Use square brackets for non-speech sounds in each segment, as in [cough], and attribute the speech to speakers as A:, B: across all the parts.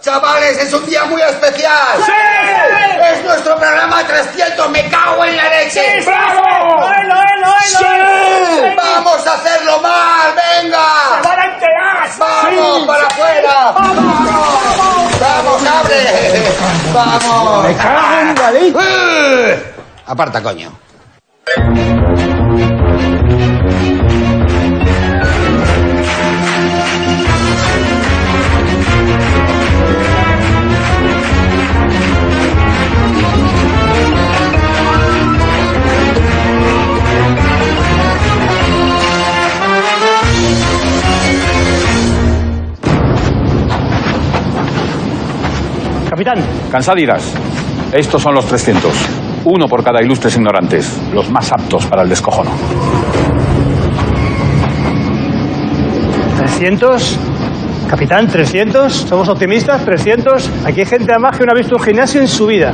A: Chavales, es un día muy especial.
B: ¡Sí!
A: Es nuestro programa 300, me cago en la leche.
B: ¡Bravo!
C: ¡Oelo, oelo, oelo!
B: ¡Sí!
C: oelo!
A: Vamos a hacerlo mal, venga.
C: ¡Se van a enterar!
A: Vamos para afuera. Vamos, abre. Vamos.
B: ¡Me cago en la leche!
A: Eh, Aparta, coño.
C: Capitán,
D: Cansadidas. Estos son los 300. Uno por cada ilustres ignorantes, los más aptos para el descojono.
C: 300. Capitán, 300. Somos optimistas, 300. Aquí hay gente además que no ha visto un gimnasio en su vida.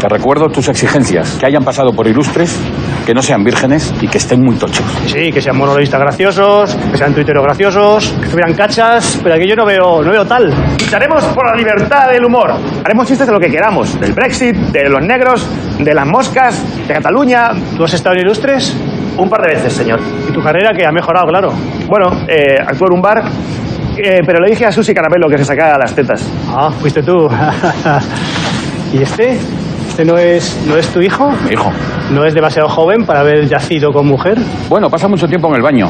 D: Te recuerdo tus exigencias, que hayan pasado por ilustres, que no sean vírgenes y que estén muy tochos.
C: Sí, que sean monologuistas graciosos, que sean tuiteros graciosos, que tuvieran cachas, pero aquí yo no veo, no veo tal.
E: Lucharemos por la libertad del humor. Haremos chistes de lo que queramos, del Brexit, de los negros, de las moscas, de Cataluña.
C: ¿Tú has estado en Ilustres?
E: Un par de veces, señor.
C: Y tu carrera que ha mejorado, claro.
E: Bueno, eh, actúo en un bar, eh, pero le dije a Susi Carapelo que se sacara las tetas.
C: Ah,
E: [laughs]
C: fuiste tú. ¿Y este? ¿Este no es, no es tu hijo?
E: Eh.
D: Hijo.
C: ¿No es demasiado joven para haber yacido con mujer?
D: Bueno, pasa mucho tiempo en el baño,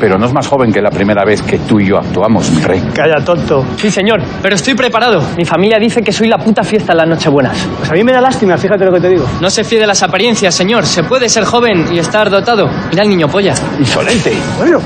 D: pero no es más joven que la primera vez que tú y yo actuamos, mi rey.
C: Calla, tonto.
F: Sí, señor, pero estoy preparado. Mi familia dice que soy la puta fiesta en las Nochebuenas.
C: Pues a mí me da lástima, fíjate lo que te digo.
F: No se fíe de las apariencias, señor. Se puede ser joven y estar dotado. Mira al niño polla.
D: Insolente.
C: Bueno.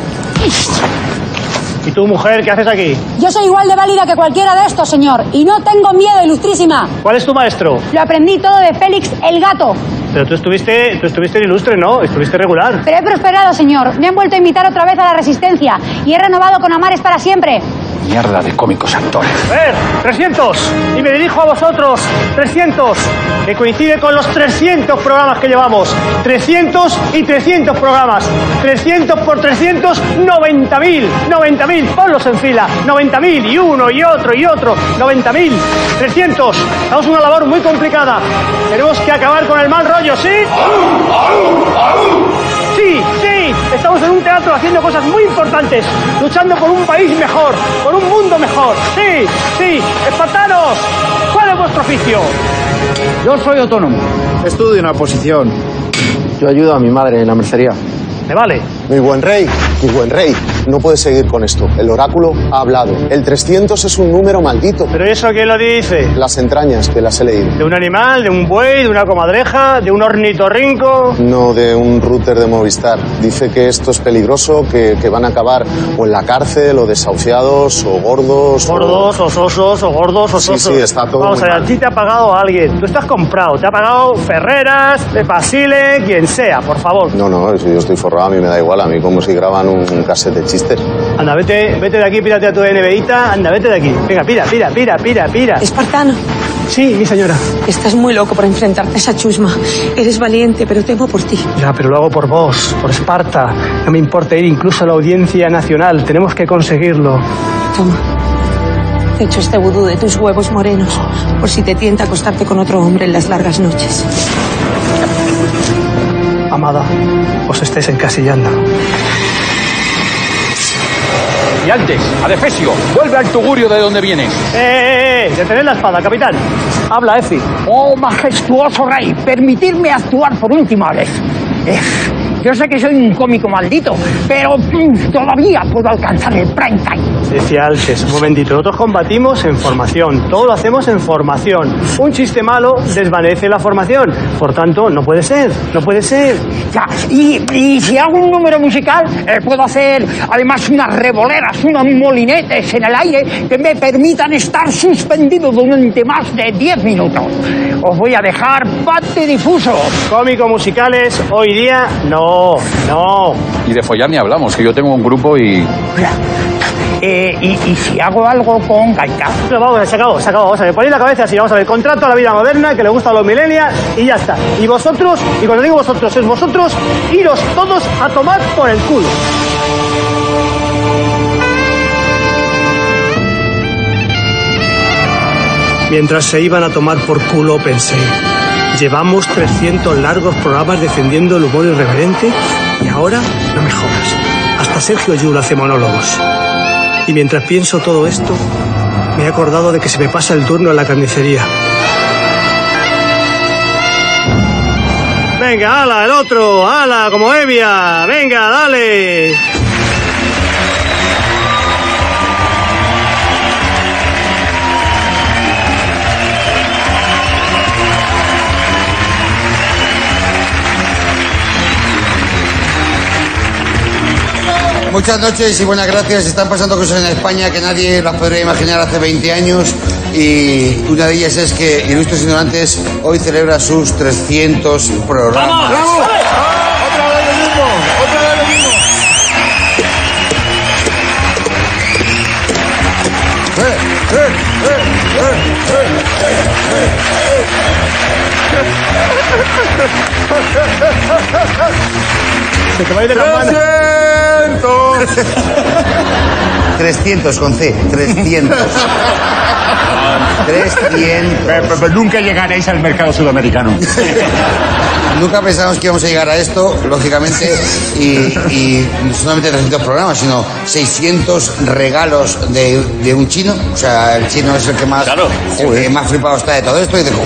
C: ¿Y tú, mujer, qué haces aquí?
G: Yo soy igual de válida que cualquiera de estos, señor, y no tengo miedo, ilustrísima.
C: ¿Cuál es tu maestro?
G: Lo aprendí todo de Félix el gato.
C: Pero tú estuviste, tú estuviste en Ilustre, ¿no? Estuviste regular.
G: Pero he prosperado, señor. Me han vuelto a invitar otra vez a la resistencia y he renovado con Amares para siempre.
D: Mierda de cómicos actores.
C: ¡Eh! ¡300! Y me dirijo a vosotros, 300, que coincide con los 300 programas que llevamos. 300 y 300 programas. 300 por 300, 90.000. 90.000, ponlos en fila. 90.000 y uno y otro y otro. 90.000. 300. Estamos en una labor muy complicada. Tenemos que acabar con el mal rollo, ¿sí? Sí, sí, estamos en un teatro haciendo cosas muy importantes, luchando por un país mejor, por un mundo mejor. Sí, sí, espartanos, ¿cuál es vuestro oficio?
H: Yo soy autónomo. Estudio una posición. Yo ayudo a mi madre en la mercería.
C: ¿Me vale?
I: Mi buen rey, mi buen rey, no puedes seguir con esto. El oráculo ha hablado. El 300 es un número maldito.
C: ¿Pero eso quién lo dice?
I: Las entrañas que las he leído.
C: ¿De un animal, de un buey, de una comadreja, de un ornitorrinco?
I: No de un router de Movistar. Dice que esto es peligroso, que, que van a acabar o en la cárcel, o desahuciados, o gordos. o-
C: Gordos, ososos, o gordos,
I: Sí,
C: ososos.
I: sí, está todo
C: Vamos
I: muy
C: a ver,
I: mal.
C: a ti te ha pagado alguien. Tú estás comprado. Te ha pagado Ferreras, de Basile, quien sea, por favor.
I: No, no, si yo estoy forrado, a mí me da igual. A mí como si graban un, un cassette de chistes.
C: Anda, vete, vete de aquí, pírate a tu NBita. Anda, vete de aquí. Venga, pira, pira, pira, pira, pira.
J: Espartano,
C: Sí, mi señora.
J: estás muy loco por enfrentarte a esa chusma. Eres valiente, pero temo por ti.
C: Ya, pero lo hago por vos, por Esparta. No me importa ir incluso a la audiencia nacional. Tenemos que conseguirlo.
J: Toma. Te echo este vudú de tus huevos morenos, por si te tienta acostarte con otro hombre en las largas noches.
C: Amada, os estáis encasillando.
D: Y antes, Adefesio, vuelve al tugurio de donde vienes.
C: ¡Eh, eh, eh! Detened la espada, capitán. Habla, Efi.
B: Oh, majestuoso rey, permitirme actuar por última vez. Eh, Yo sé que soy un cómico maldito, pero mm, todavía puedo alcanzar el prime time.
C: Decía antes, un momentito, nosotros combatimos en formación, todo lo hacemos en formación. Un chiste malo desvanece la formación, por tanto, no puede ser, no puede ser.
B: Ya, y, y si hago un número musical, eh, puedo hacer además unas revoleras, unos molinetes en el aire que me permitan estar suspendido durante más de 10 minutos. Os voy a dejar pate difuso.
C: Cómico musicales, hoy día, no, no.
D: Y de follar ni hablamos, que yo tengo un grupo y...
B: Eh, y, y si hago algo con gaita.
C: Pero vamos, se acabó, se acabó, vamos a ver, ponéis la cabeza así, vamos a ver, contrato a la vida moderna que le gusta a los millennials y ya está. Y vosotros, y cuando digo vosotros, es vosotros, iros todos a tomar por el culo. Mientras se iban a tomar por culo pensé, llevamos 300 largos programas defendiendo el humor irreverente y ahora no me jodas. Hasta Sergio Yul hace monólogos. Y mientras pienso todo esto, me he acordado de que se me pasa el turno en la carnicería. Venga, ala, el otro, ala, como Evia. Venga, dale.
I: Muchas noches y buenas gracias. Están pasando cosas en España que nadie las podría imaginar hace 20 años y una de ellas es que Ilustres Ignorantes hoy celebra sus 300 programas.
K: Se te va a ir de las manos.
I: 300 con C, 300. 300.
D: nunca llegaréis al mercado sudamericano.
I: Nunca pensamos que íbamos a llegar a esto, lógicamente, y, y no solamente 300 programas, sino 600 regalos de, de un chino. O sea, el chino es el que más, el que más flipado está de todo esto. Y digo,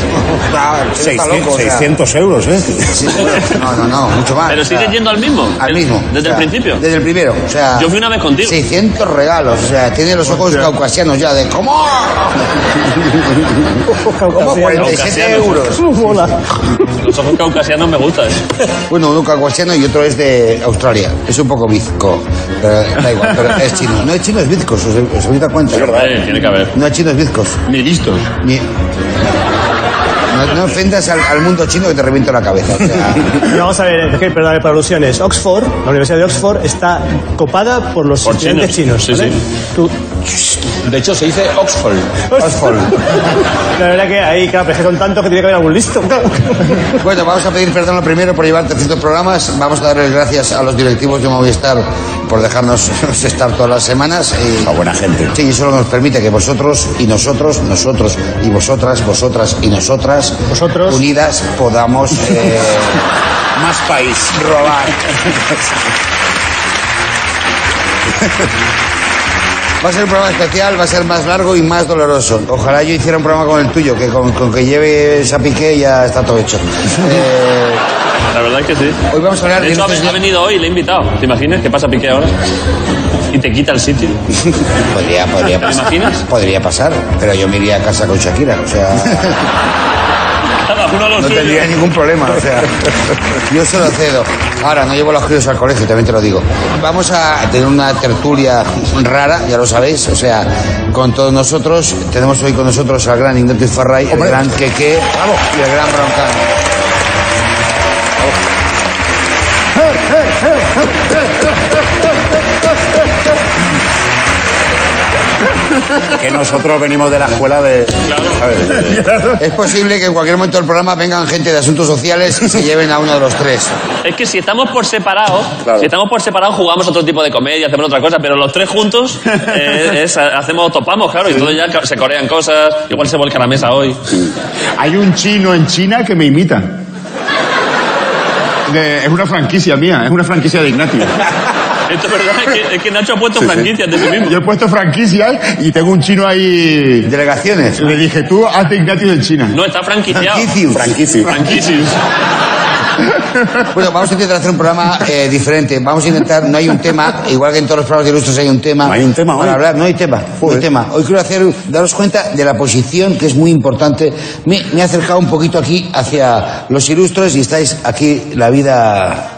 I: [laughs] está
D: 600,
I: loco. o sea.
D: 600 euros, ¿eh?
I: Sí, no, no, no, mucho más.
F: Pero
I: o sea,
F: sigues yendo al mismo.
I: al mismo.
F: Desde
I: o sea,
F: el principio.
I: Desde el primero. O sea,
F: Yo fui una vez contigo.
I: 600 regalos. O sea, tiene los ojos caucasianos ya de ¿cómo? ¿Cómo? 47
F: Caucasianos.
I: euros.
F: Los ojos caucasianos me gustan.
I: Bueno, uno caucasiano y otro es de Australia. Es un poco bizco. Pero da igual, pero es chino. No es chino, es bizco, os, os habéis dado cuenta.
F: Eh, tiene que haber.
I: No es chino, es bizcos.
F: Ni listos.
I: Ni... No, no ofendas al, al mundo chino que te reviento la cabeza. o sea.
C: Pero vamos a ver, Ángel, perdóname por alusiones. Oxford, la Universidad de Oxford, está copada por los
F: Por
C: estudiantes chinos.
F: chinos, sí,
C: ¿vale? Tú-
F: De hecho, se dice Oxford.
I: Oxford.
C: La verdad que ahí, claro, pero es que son tantos que tiene que haber algún
F: [laughs]
C: listo.
I: Bueno, vamos a pedir perdón lo primero por llevar 300 programas. Vamos a darles gracias a los directivos de Movistar por dejarnos [laughs] estar todas las semanas. Y, a buena gente. Sí, y eso nos permite que vosotros y nosotros, nosotros y vosotras, vosotras y nosotras, vosotros. unidas podamos... [laughs] eh,
D: Más país.
I: robar. Va a ser un programa especial, va a ser más largo y más doloroso. Ojalá yo hiciera un programa como el tuyo, que con, con que lleves a Piqué ya está todo [laughs] hecho. Eh,
F: La verdad es que sí.
I: Hoy vamos a hablar
F: de
I: de
F: hecho, ha,
I: ilustración.
F: ha venido hoy, le he invitado. ¿Te imaginas que pasa Piqué ahora? Y te quita el sitio.
I: [laughs] podría, podría
F: ¿Te
I: pasar.
F: imaginas?
I: Podría pasar, pero yo me iría a casa con Shakira, o sea,
F: [laughs] Cada uno lo
I: no
F: suyo.
I: tendría ningún problema, o sea, [laughs] yo se lo cedo. Ahora, no llevo a los críos al colegio, también te lo digo. Vamos a tener una tertulia rara, ya lo sabéis, o sea, con todos nosotros. Tenemos hoy con nosotros al gran Ignacio Farray, el gran Queque y el gran Broncano.
D: Que nosotros venimos de la escuela de.
I: Es posible que en cualquier momento del programa vengan gente de asuntos sociales y se lleven a uno de los tres.
F: Es que si estamos por separado, si estamos por separado jugamos otro tipo de comedia, hacemos otra cosa, pero los tres juntos eh, es- hacemos topamos, claro, y entonces ya ca- se corean cosas, igual se vuelca la mesa hoy.
D: Hay un chino en China que me imita. De- es una franquicia mía, es una franquicia de Ignacio.
F: Esto es verdad, es que, es que Nacho ha puesto
D: Sí, sí.
F: franquicias de sí mismo.
D: Yo he puesto franquicias y tengo un chino ahí.
I: Delegaciones.
D: Le dije, tú hazte Ignacio en China.
F: No, está franquiciado.
D: Franquicio.
F: Franquicios.
I: [laughs] Bueno, vamos a intentar hacer un programa eh, diferente. Vamos a intentar, no hay un tema, igual que en todos los programas de Ilustres hay un tema. hay un tema Para hablar, no hay tema. no hay tema. Hoy quiero hacer, daros cuenta de la posición que es muy importante. Me, me he acercado un poquito aquí hacia los Ilustres y estáis aquí la vida...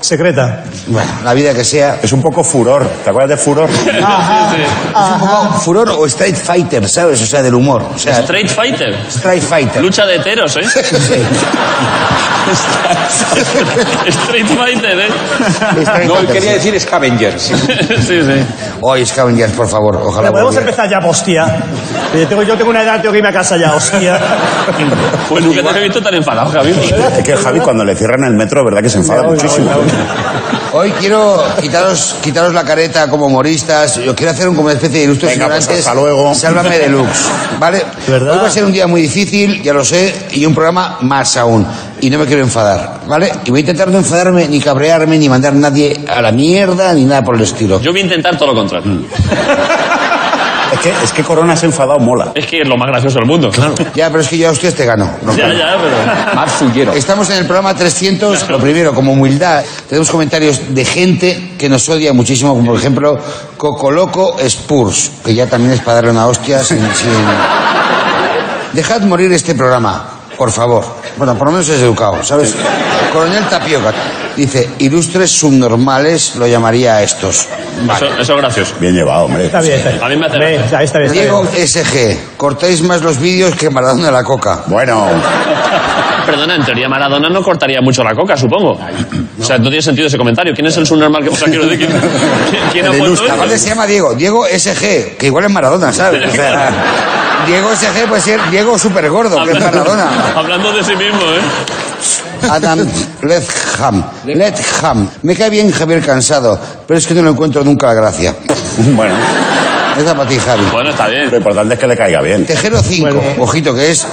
C: Secreta.
I: Bueno, la vida que sea. Es un poco furor. ¿Te acuerdas de [laughs] furor? Es un poco furor o Street Fighter, ¿sabes? O sea, del humor. O sea,
F: Straight Fighter.
I: Straight Fighter.
F: Lucha de heteros, ¿eh?
I: [laughs]
F: Straight Fighter, ¿eh?
I: No, él quería
F: decir Scavengers. sí, sí.
I: Hoy Scavengers, por favor. Ojalá
C: Pero podemos
I: volviera.
C: empezar ya, hostia. Yo tengo, yo tengo una edad, tengo que irme a casa ya, hostia.
F: Pues nunca te he visto tan enfadado, Javi.
D: Es que Javi cuando le cierran el metro, verdad que se enfada muchísimo.
I: Hoy quiero quitaros, quitaros la careta como humoristas. Yo quiero hacer un, como una especie de ilustres
D: Venga, pues,
I: ignorantes.
D: hasta luego.
I: Sálvame deluxe. ¿Vale? Hoy va a ser un día muy difícil, ya lo sé, y un programa más aún. Y no me quiero enfadar, ¿vale? Y voy a intentar no enfadarme, ni cabrearme, ni mandar a nadie a la mierda, ni nada por el estilo.
F: Yo voy a intentar todo lo contrario.
D: Es que, es que Corona se ha enfadado, mola.
F: Es que es lo más gracioso del mundo. Claro.
I: Ya, pero es que yo a usted te gano.
D: [laughs]
I: No,
F: Ya,
I: claro.
F: ya, pero.
I: Estamos en el programa 300. Lo primero, como humildad, tenemos comentarios de gente que nos odia muchísimo, como por ejemplo Coco Loco Spurs, que ya también es para darle una hostia sin... sin- Dejad morir este programa, por favor. Bueno, por lo menos es educado, ¿sabes? Coronel Tapioca dice, ilustres subnormales lo llamaría a estos. Vale.
F: Eso, eso es gracioso.
D: Bien llevado, hombre.
C: Está bien, está
F: A mí me hace gracia.
C: Este
I: Diego SG, cortáis más los vídeos que Maradona la coca.
D: Bueno. [laughs]
F: Perdona, en teoría Maradona no cortaría mucho la coca, supongo. O sea, no tiene sentido ese comentario. ¿Quién es el subnormal que.? O sea, quiero decir, ¿quién, quién- quién ha
I: El
F: puesto
I: ilustre.
F: eso?
I: Aparte se llama Diego, Diego SG, que igual es Maradona, ¿sabes? O sea, Diego SG puede ser Diego super gordo, que es Maradona.
F: Hablando de sí mismo, ¿eh?
I: Adam Ledham. Ledham. Me cae bien Javier Cansado, pero es que no le encuentro nunca la gracia.
D: Bueno.
I: Es para ti, Javi.
F: Bueno, está bien.
D: Lo importante es que le caiga bien.
I: Tejero 5, ojito que es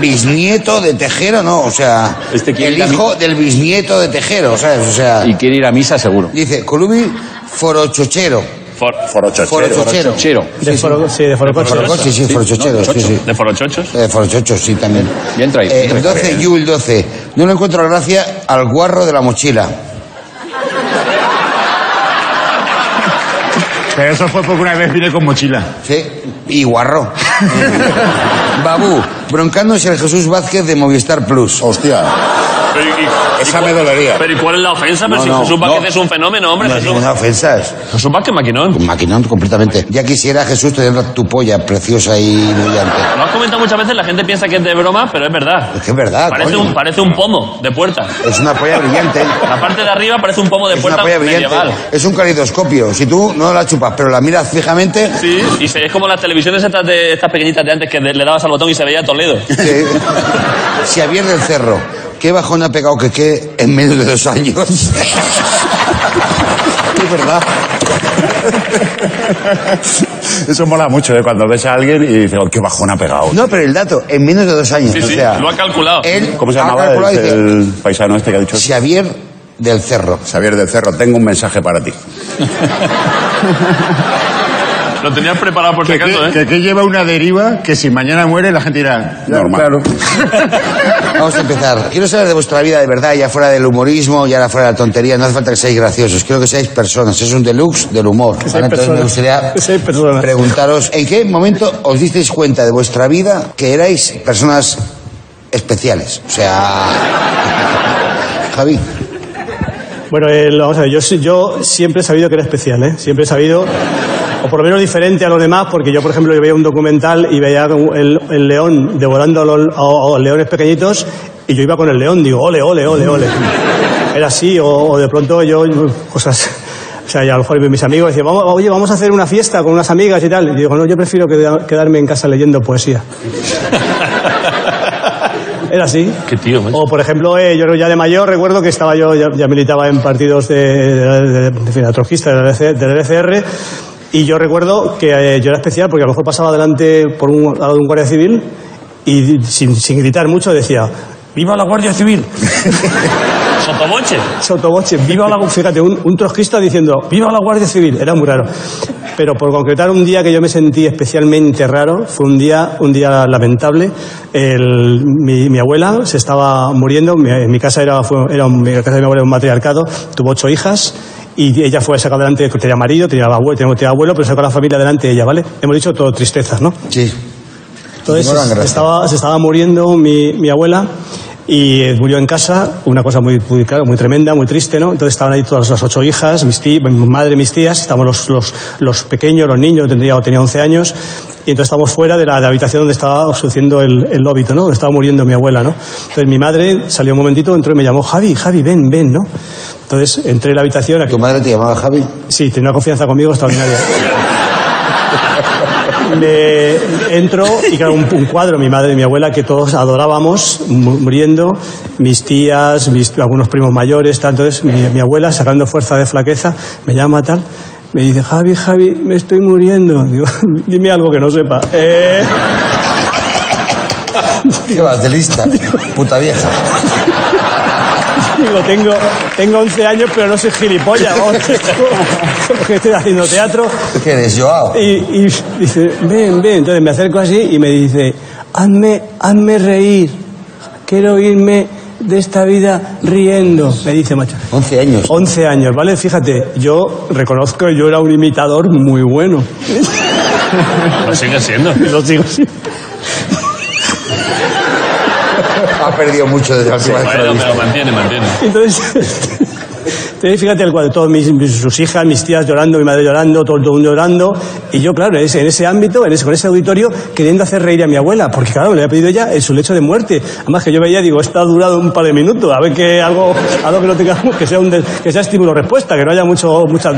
I: bisnieto de Tejero, no, o sea, el hijo del bisnieto de Tejero, ¿sabes? O sea,
L: Y quiere ir a misa seguro.
I: dice Colubi forochochero.
F: For,
D: forochochero.
I: Forochochero.
C: De foro, sí, de foro
I: Forocoche, sí, forochochero, sí, sí.
F: ¿De forochochos?
I: Eh, forochochos, sí, también.
L: Bien traído.
I: Eh,
L: bien traído.
I: 12, Yul 12. No le encuentro la gracia al guarro de la mochila.
M: Pero eso fue porque una vez vine con mochila.
I: Sí, y
F: [laughs]
I: guarro. Babú, broncándose el Jesús Vázquez de Movistar Plus.
D: Hostia.
F: Pero, y- y-
D: Esa
F: y-
D: me dolería.
F: Pero ¿y cuál es la ofensa? Pero
I: No,
F: si
I: no,
F: Jesús Vázquez
I: no.
F: es un fenómeno, hombre.
I: No es
F: Jesús.
I: ninguna ofensa. es
F: Jesús Vázquez, maquinón.
I: Un maquinón completamente. Ya quisiera Jesús tener tu polla preciosa y brillante.
F: Lo has comentado muchas veces, la gente piensa que es de broma, pero es verdad.
I: Es que es verdad,
F: Parece
I: Ah, coño.
F: un, parece un pomo de puerta.
I: Es una polla brillante.
F: La parte de arriba parece un pomo de
I: Es una
F: puerta
I: polla brillante.
F: medieval.
I: Es un calidoscopio. Si tú no la chupas, pero la miras fijamente,
F: Sí, y se, es como las televisiones estas, de, estas pequeñitas de antes que de- le dabas al botón y se veía Toledo. [laughs]
I: se, se abierde el cerro. Qué bajón ha pegado que qué en menos de
F: [laughs]
I: dos años. es verdad.
D: Eso mola mucho, ¿eh? Cuando ves a alguien y dices, oh, qué bajón ha pegado.
I: No, pero el dato, en menos de dos años.
F: Sí,
I: o
F: sí,
I: sea,
F: lo ha calculado.
I: él
D: ¿Cómo se
I: ha
D: llamaba
I: calculado y
D: el,
I: dice,
D: el paisano este que ha dicho?
I: Xavier del Cerro.
D: Xavier del Cerro, tengo un mensaje para ti.
F: Lo tenías preparado por si
M: Que,
F: acaso,
M: que,
F: ¿eh?
M: que- que lleva una deriva que si mañana muere la gente dirá... "Ya,
D: Normal.
M: Claro.
I: [laughs] Vamos a empezar. Quiero saber de vuestra vida de verdad, ya fuera del humorismo, ya fuera de la tontería. No hace falta que seáis graciosos. Quiero que seáis personas. Es un deluxe del humor. ¿vale? Entonces me gustaría preguntaros en qué momento os disteis cuenta de vuestra vida que erais personas especiales. O sea, Javi.
C: Bueno, eh, lo- vamos a ver, yo, sí- yo siempre he sabido que era especial, ¿eh? Siempre he sabido, o por lo menos diferente a los demás, porque yo, por ejemplo, yo veía un documental y veía un- el, el león devorando a los a- a leones pequeñitos y yo iba con el león, digo, ole, ole, ole, ole. Era así, o, o de pronto yo, cosas... O sea, y a lo mejor mis amigos decían, vamos, oye, vamos a hacer una fiesta con unas amigas y tal. Y digo, no, yo prefiero queda- quedarme en casa leyendo poesía. [laughs] Era así.
F: Qué tío,
C: O, por ejemplo, eh, yo creo ya de mayor recuerdo que estaba yo, ya, ya militaba en partidos de, de, de- de- en fin, anarquista, del LC del LCR, y yo recuerdo que eh, yo era especial porque a lo mejor pasaba delante por un, al lado de un guardia civil y sin, sin gritar mucho decía, ¡Viva la Guardia Civil!
F: [laughs] Sotoboche.
C: Sotoboche, viva la fíjate, un, un trotskista diciendo viva la Guardia Civil, era muy raro. Pero por concretar un día que yo me sentí especialmente raro, fue un día, un día lamentable. El- mi, mi abuela se estaba muriendo, mi, en mi casa era, fue- era un- mi casa de mi abuela era un matriarcado, tuvo ocho hijas y ella fue sacada adelante, tenía marido, tenía abuelo, tenía, tenía abuelo, pero sacó a la familia adelante ella, ¿vale? Hemos dicho todo tristezas, ¿no?
I: Sí.
C: Entonces
I: Ninguna
C: se-
I: gracia.
C: estaba, se estaba muriendo mi, mi abuela y eh, murió en casa, una cosa muy, muy, claro, muy tremenda, muy triste, ¿no? Entonces estaban ahí todas las ocho hijas, mis tí- mi madre, mis tías, estábamos los, los, los pequeños, los niños, yo tendría, tenía 11 años, y entonces estábamos fuera de la, de la habitación donde estaba sucediendo el, el óbito, ¿no? Donde estaba muriendo mi abuela, ¿no? Entonces mi madre salió un momentito, entró y me llamó, Javi, Javi, ven, ven, ¿no? Entonces entré en la habitación... ¿Tu
I: madre te llamaba Javi?
C: Sí, tenía una confianza conmigo extraordinaria. me entro y claro, un, un cuadro, mi madre y mi abuela, que todos adorábamos, mu- muriendo, mis tías, mis- algunos primos mayores, tal. entonces mi, mi abuela, sacando fuerza de flaqueza, me llama tal, me dice, Javi, Javi, me estoy muriendo. Digo, [laughs] dime algo que no sepa. Eh, [laughs]
I: ¿Qué vas de lista? Puta vieja.
C: Digo, tengo, tengo 11 años, pero no soy gilipollas. [laughs] vamos, que estoy haciendo teatro.
I: ¿Qué eres, Joao?
C: Y, y dice, ven, ven. Entonces me acerco así y me dice, hazme, hazme reír. Quiero irme de esta vida riendo. Me dice, macho.
I: 11 años.
C: 11 años, ¿vale? Fíjate, yo reconozco que yo era un imitador muy bueno.
F: Lo sigue siendo.
C: Lo sigo siendo.
I: Ha perdido mucho desde la última vez que lo
F: Bueno, pero
I: viste.
F: mantiene, mantiene.
C: [laughs] Entonces, entonces, fíjate el cuadro, todas mis, mis- sus hijas, mis tías llorando, mi madre llorando, todo el mundo llorando, y yo, claro, en ese, en ese ámbito, en ese, con ese auditorio, queriendo hacer reír a mi abuela, porque claro, me lo había pedido ella en su lecho de muerte. Además que yo veía, digo, está durado un par de minutos, a ver que algo, algo que no tengamos, que sea, un des- que sea estímulo-respuesta, que no haya mucho, mucha...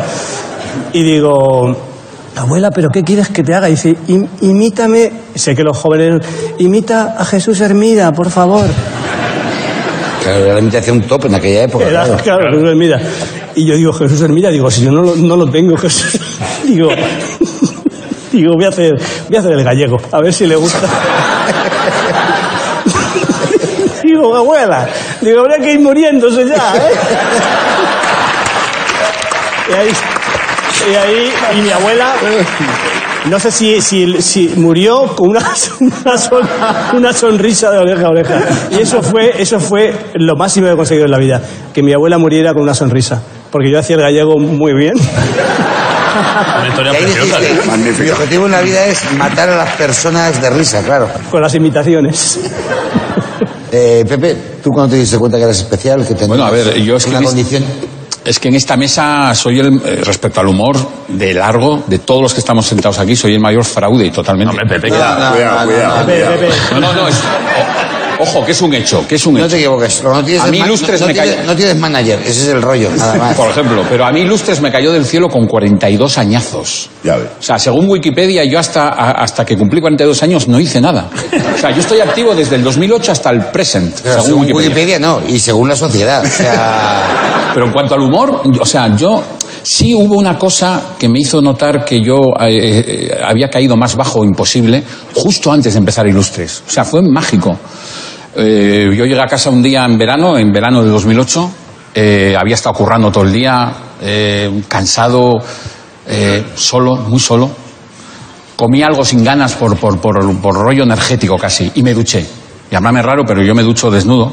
C: Y digo, abuela, ¿pero qué quieres que te haga? Y dice, "Im- imítame, sé que los jóvenes, imita a Jesús Hermida, por favor.
I: Claro, era la imitación top en aquella época.
C: Era,
I: claro.
C: claro, Jesús Hermida. Y yo digo, Jesús Hermida, digo, si yo no lo, no lo tengo, [laughs] Jesús. Digo, [laughs] digo voy, a hacer, voy a hacer el gallego, a ver si le gusta. [laughs] digo, abuela, digo, habrá que ir muriéndose ya, ¿eh? Y ahí, y ahí, y mi abuela, no sé si, si, si murió con una, [laughs] una, son- una sonrisa de oreja a oreja. Y eso fue, eso fue lo máximo que he conseguido en la vida, que mi abuela muriera con una sonrisa, porque yo hacía el gallego muy bien. [laughs]
F: Una historia
I: Y ahí
F: preciosa. ¿eh?
I: dijiste, Mi objetivo en la vida es matar a las personas de risa, claro.
C: Con las imitaciones.
I: Eh, Pepe, ¿tú cuando te diste cuenta que eras especial? Que
D: Bueno, a
I: tenías
D: ver, yo es que...
I: una
D: en es-
I: condición...
D: Es que en esta mesa soy el, eh, respecto al humor, de largo, de todos los que estamos sentados aquí, soy el mayor fraude totalmente.
I: No, no, no, no, no, no,
D: No,
I: no.
D: no, no, es- o- ojo, que es un hecho, que es un hecho.
I: No te equivoques. No tienes
D: a mí
I: ma-
D: Ilustres
I: no,
D: me
I: no
D: cayó...
I: tienes- no tienes manager, ese es el rollo, nada más.
D: Por ejemplo, pero a mí Ilustres me cayó del cielo con 42 añazos. O sea, según Wikipedia, yo hasta, a- hasta que cumplí 42 años no hice nada. O sea, yo estoy activo desde el 2008 hasta el present.
I: Claro, según Wikipedia, no, y según la sociedad. o sea-
D: Pero en cuanto al humor, o sea, yo sí hubo una cosa que me hizo notar que yo eh, eh, había caído más bajo imposible justo antes de empezar Ilustres. O sea, fue mágico. Eh, yo llegué a casa un día en verano, en verano de 2008. eh, había estado currando todo el día, eh, cansado, eh, solo, muy solo. Comí algo sin ganas por, por, por, por rollo energético casi y me duché. Llámame raro, pero yo me ducho desnudo.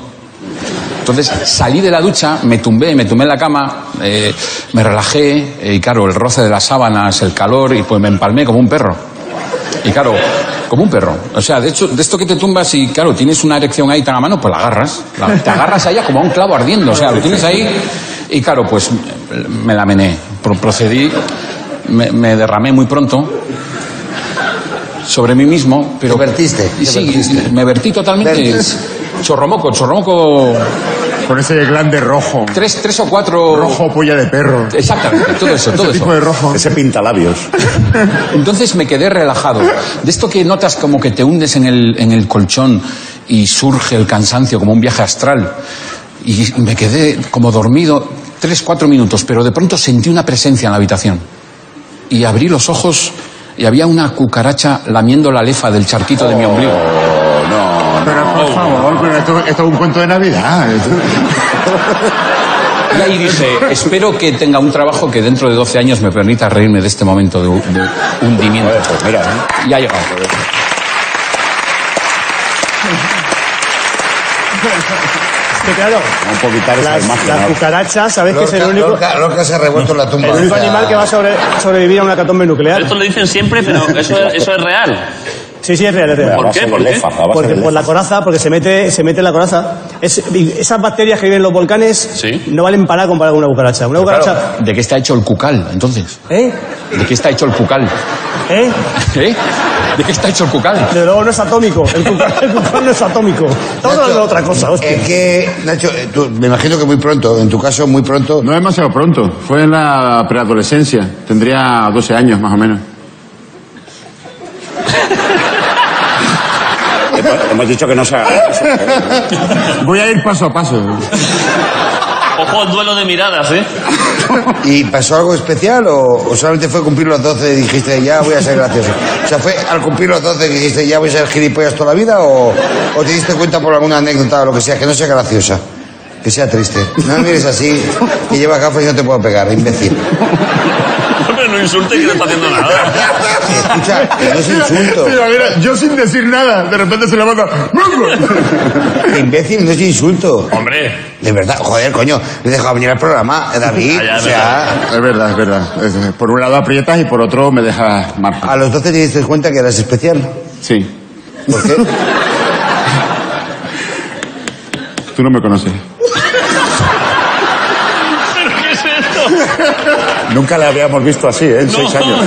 D: Entonces salí de la ducha, me tumbé, me tumbé en la cama, eh, me relajé eh, y claro, el roce de las sábanas, el calor y pues me empalmé como un perro. Y claro, como un perro. O sea, de hecho, de esto que te tumbas y claro, tienes una erección ahí tan a mano, pues la agarras. La- te agarras a ella como a un clavo ardiendo. O sea, lo tienes ahí y claro, pues me la mené. Pro- Procedí, me, me derramé muy pronto sobre mí mismo, pero...
I: vertiste, te
D: Sí,
I: vertiste.
D: Este, me vertí totalmente.
I: Vertiste.
D: Chorromoco, chorromoco...
M: Con ese glande rojo.
D: Tres, tres o cuatro...
M: Rojo, polla de perro.
D: Exactamente, todo eso, todo
M: Ese
D: eso.
M: tipo de rojo. Ese pintalabios.
D: [laughs] Entonces me quedé relajado. De esto que notas como que te hundes en el, en el colchón y surge el cansancio como un viaje astral. Y me quedé como dormido tres, cuatro minutos, pero de pronto sentí una presencia en la habitación. Y abrí los ojos y había una cucaracha lamiendo la lefa del charquito de mi ombligo.
M: Pero por favor, pero esto, esto es un cuento de Navidad.
D: Y ahí dije, espero que tenga un trabajo que dentro de 12 años me permita reírme de este momento de, de hundimiento. Y ha llegado.
C: Que claro,
M: Un poquito
C: las, las cucarachas, ¿sabes que es el
I: Lorca-
C: único,
I: Lorca- Lorca se ha revuelto en la tumba.
C: el único
I: O sea,
C: animal que va a sobre- sobrevivir a una catombe nuclear?
F: Esto lo dicen siempre, pero eso, eso es real.
C: Sí, sí, es real, es real.
F: ¿Por qué? ¿Por qué?
C: Porque por la coraza, porque se mete, se mete la coraza. Es- esas bacterias que viven en los volcanes no valen para nada comparado con una cucaracha. Una cucaracha.
D: Claro, ¿De qué está hecho el cucal, entonces?
C: ¿Eh?
D: ¿De qué está hecho el cucal?
C: ¿Eh?
D: ¿Eh? ¿De qué está hecho el cucal?
C: Desde luego no es atómico. El cucal, el cucal no es atómico. Estamos hablando de otra cosa, hostia.
I: Es que, Nacho, eh, tú, me imagino que muy pronto, en tu caso, muy pronto.
M: No es demasiado pronto. Fue en la preadolescencia. Tendría 12 años más o menos.
J: hemos dicho que no se haga.
D: Voy a ir paso a paso.
F: [laughs] Ojo al duelo de miradas, ¿eh? [laughs]
I: ¿Y pasó algo especial o, o solamente fue cumplir los 12 y dijiste ya voy a ser gracioso? O sea, ¿fue al cumplir los 12 que dijiste ya voy a ser gilipollas toda la vida o, o te diste cuenta por alguna anécdota o lo que sea, que no sea graciosa? Que sea triste. No me mires así, que llevas gafas y no te puedo pegar, imbécil.
F: Hombre, no insulte que no está haciendo [laughs] nada.
I: Escucha, que no es insulto.
D: Mira, mira, yo sin decir nada, de repente se levanta.
I: Imbécil no es insulto.
F: Hombre.
I: De verdad, joder, coño, le he dejado venir al programa, eh, David. o sea,
D: Es verdad, es verdad. Es- eh, Por un lado aprietas y por otro me dejas marca.
I: a los 12 te diste cuenta que eras especial.
D: Sí.
I: ¿Por qué?
D: Tú no me conoces.
F: ¿Pero qué es esto?
J: Nunca la habíamos visto así, ¿eh? En seis años.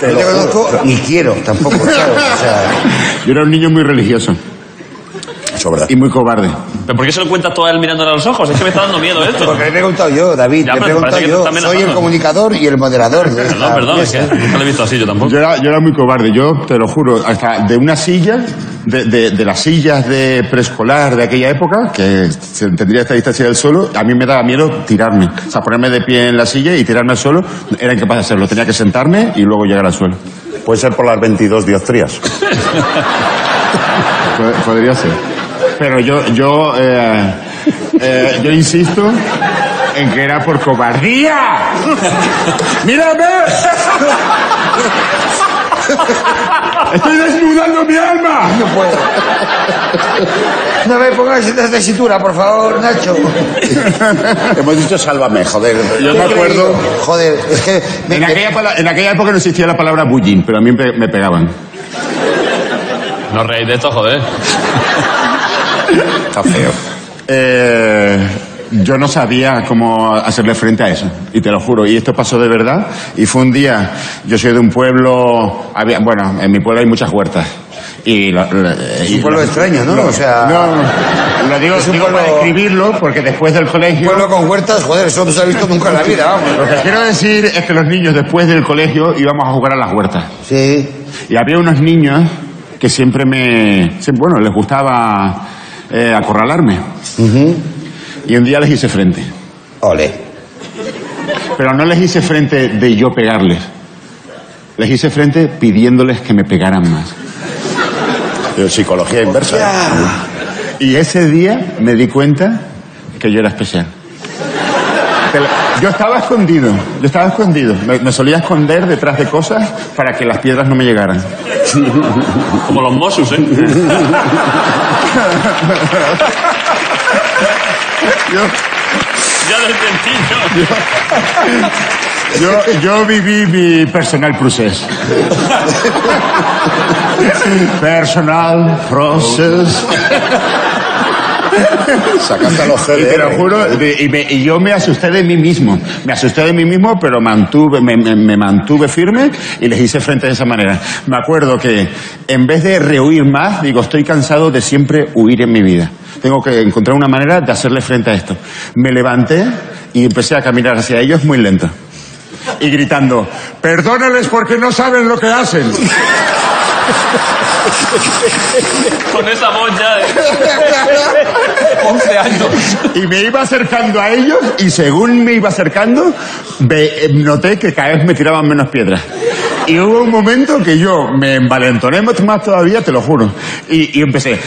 I: Te lo conozco ni quiero [laughs] tampoco, ¿sabes? O sea,
D: Yo era un niño muy religioso. Y muy cobarde.
F: ¿Pero por qué se lo cuentas todo a él mirándole a los ojos? Es que me está dando miedo esto.
I: Porque le he preguntado yo, David,
F: Ya,
I: le he
F: pero parece
I: preguntado
F: que tú
I: yo.
F: también
I: Soy
F: has
I: el
F: hablado.
I: comunicador y el moderador de esta
F: Perdón, perdón, es
I: fiesta.
F: que nunca lo he visto así yo tampoco.
D: Yo era, Ah, yo era muy cobarde, yo te lo juro, hasta de una silla, de, de- de las sillas de preescolar de aquella época, que se tendría esta distancia del suelo, a mí me daba miedo tirarme. O sea, ponerme de pie en la silla y tirarme al suelo, era incapaz de hacerlo. Tenía que sentarme y luego llegar al suelo.
J: Puede ser por las 22 dioptrías.
D: Pod- Podría ser. Pero yo, yo, eh, eh, yo insisto en que era por cobardía. ¡Mírame! ¡Estoy desnudando mi alma!
I: No puedo. No me pongas en esta tesitura, por
A: [laughs]
I: favor, Nacho.
J: Hemos dicho sálvame, joder.
D: Yo me acuerdo-
I: Joder, es que... me-
D: En aquella, pala- en aquella época no existía la palabra bullying, pero a mí pe- me pegaban.
F: No reís de esto, joder.
J: Está feo.
D: Eh, yo no sabía cómo hacerle frente a eso, y te lo juro. Y esto pasó de verdad. Y fue un día, yo soy de un pueblo, había- bueno, en mi pueblo hay muchas huertas. Y la- la- y
I: un pueblo
D: la-
I: extraño, ¿no?
D: lo-
I: O sea-
D: no, no, lo digo,
I: Es un
D: digo
I: pueblo-
D: para describirlo, porque después del colegio...
I: Pueblo con huertas, joder, eso no se ha visto nunca en la vida,
D: Lo que
I: vamos.
D: quiero decir es que los niños después del colegio íbamos a jugar a las huertas.
I: Sí.
D: Y había unos niños que siempre me... siempre- bueno, les gustaba eh, acorralarme. Y un día les hice frente.
I: Ole.
D: Pero no les hice frente de yo pegarles. Les hice frente pidiéndoles que me pegaran más.
J: Pero psicología inversa. ¿eh?
D: Y ese día me di cuenta que yo era especial. Te lo- Yo estaba escondido, yo estaba escondido. Me, me solía esconder detrás de cosas para que las piedras no me llegaran.
F: Como los Mossus, ¿eh? Ya lo entendí yo.
D: Yo, yo viví mi personal process. Personal process.
J: Sacaste a los
D: Y te
J: CDR.
D: lo juro, de- y, me- y yo me asusté de mí mismo. Me asusté de mí mismo, pero mantuve, me, me- me mantuve firme y les hice frente de esa manera. Me acuerdo que en vez de rehuir más, digo, estoy cansado de siempre huir en mi vida. Tengo que encontrar una manera de hacerle frente a esto. Me levanté y empecé a caminar hacia ellos muy lento. Y gritando, perdónales porque no saben lo que hacen.
F: Con esa voz ya ¿eh? de... 11 años.
D: Y me iba acercando a ellos y según me iba acercando, ve- eh, noté que cada vez me tiraban menos piedras. Y hubo un momento que yo me envalentoné más todavía, te lo juro. Y, y empecé...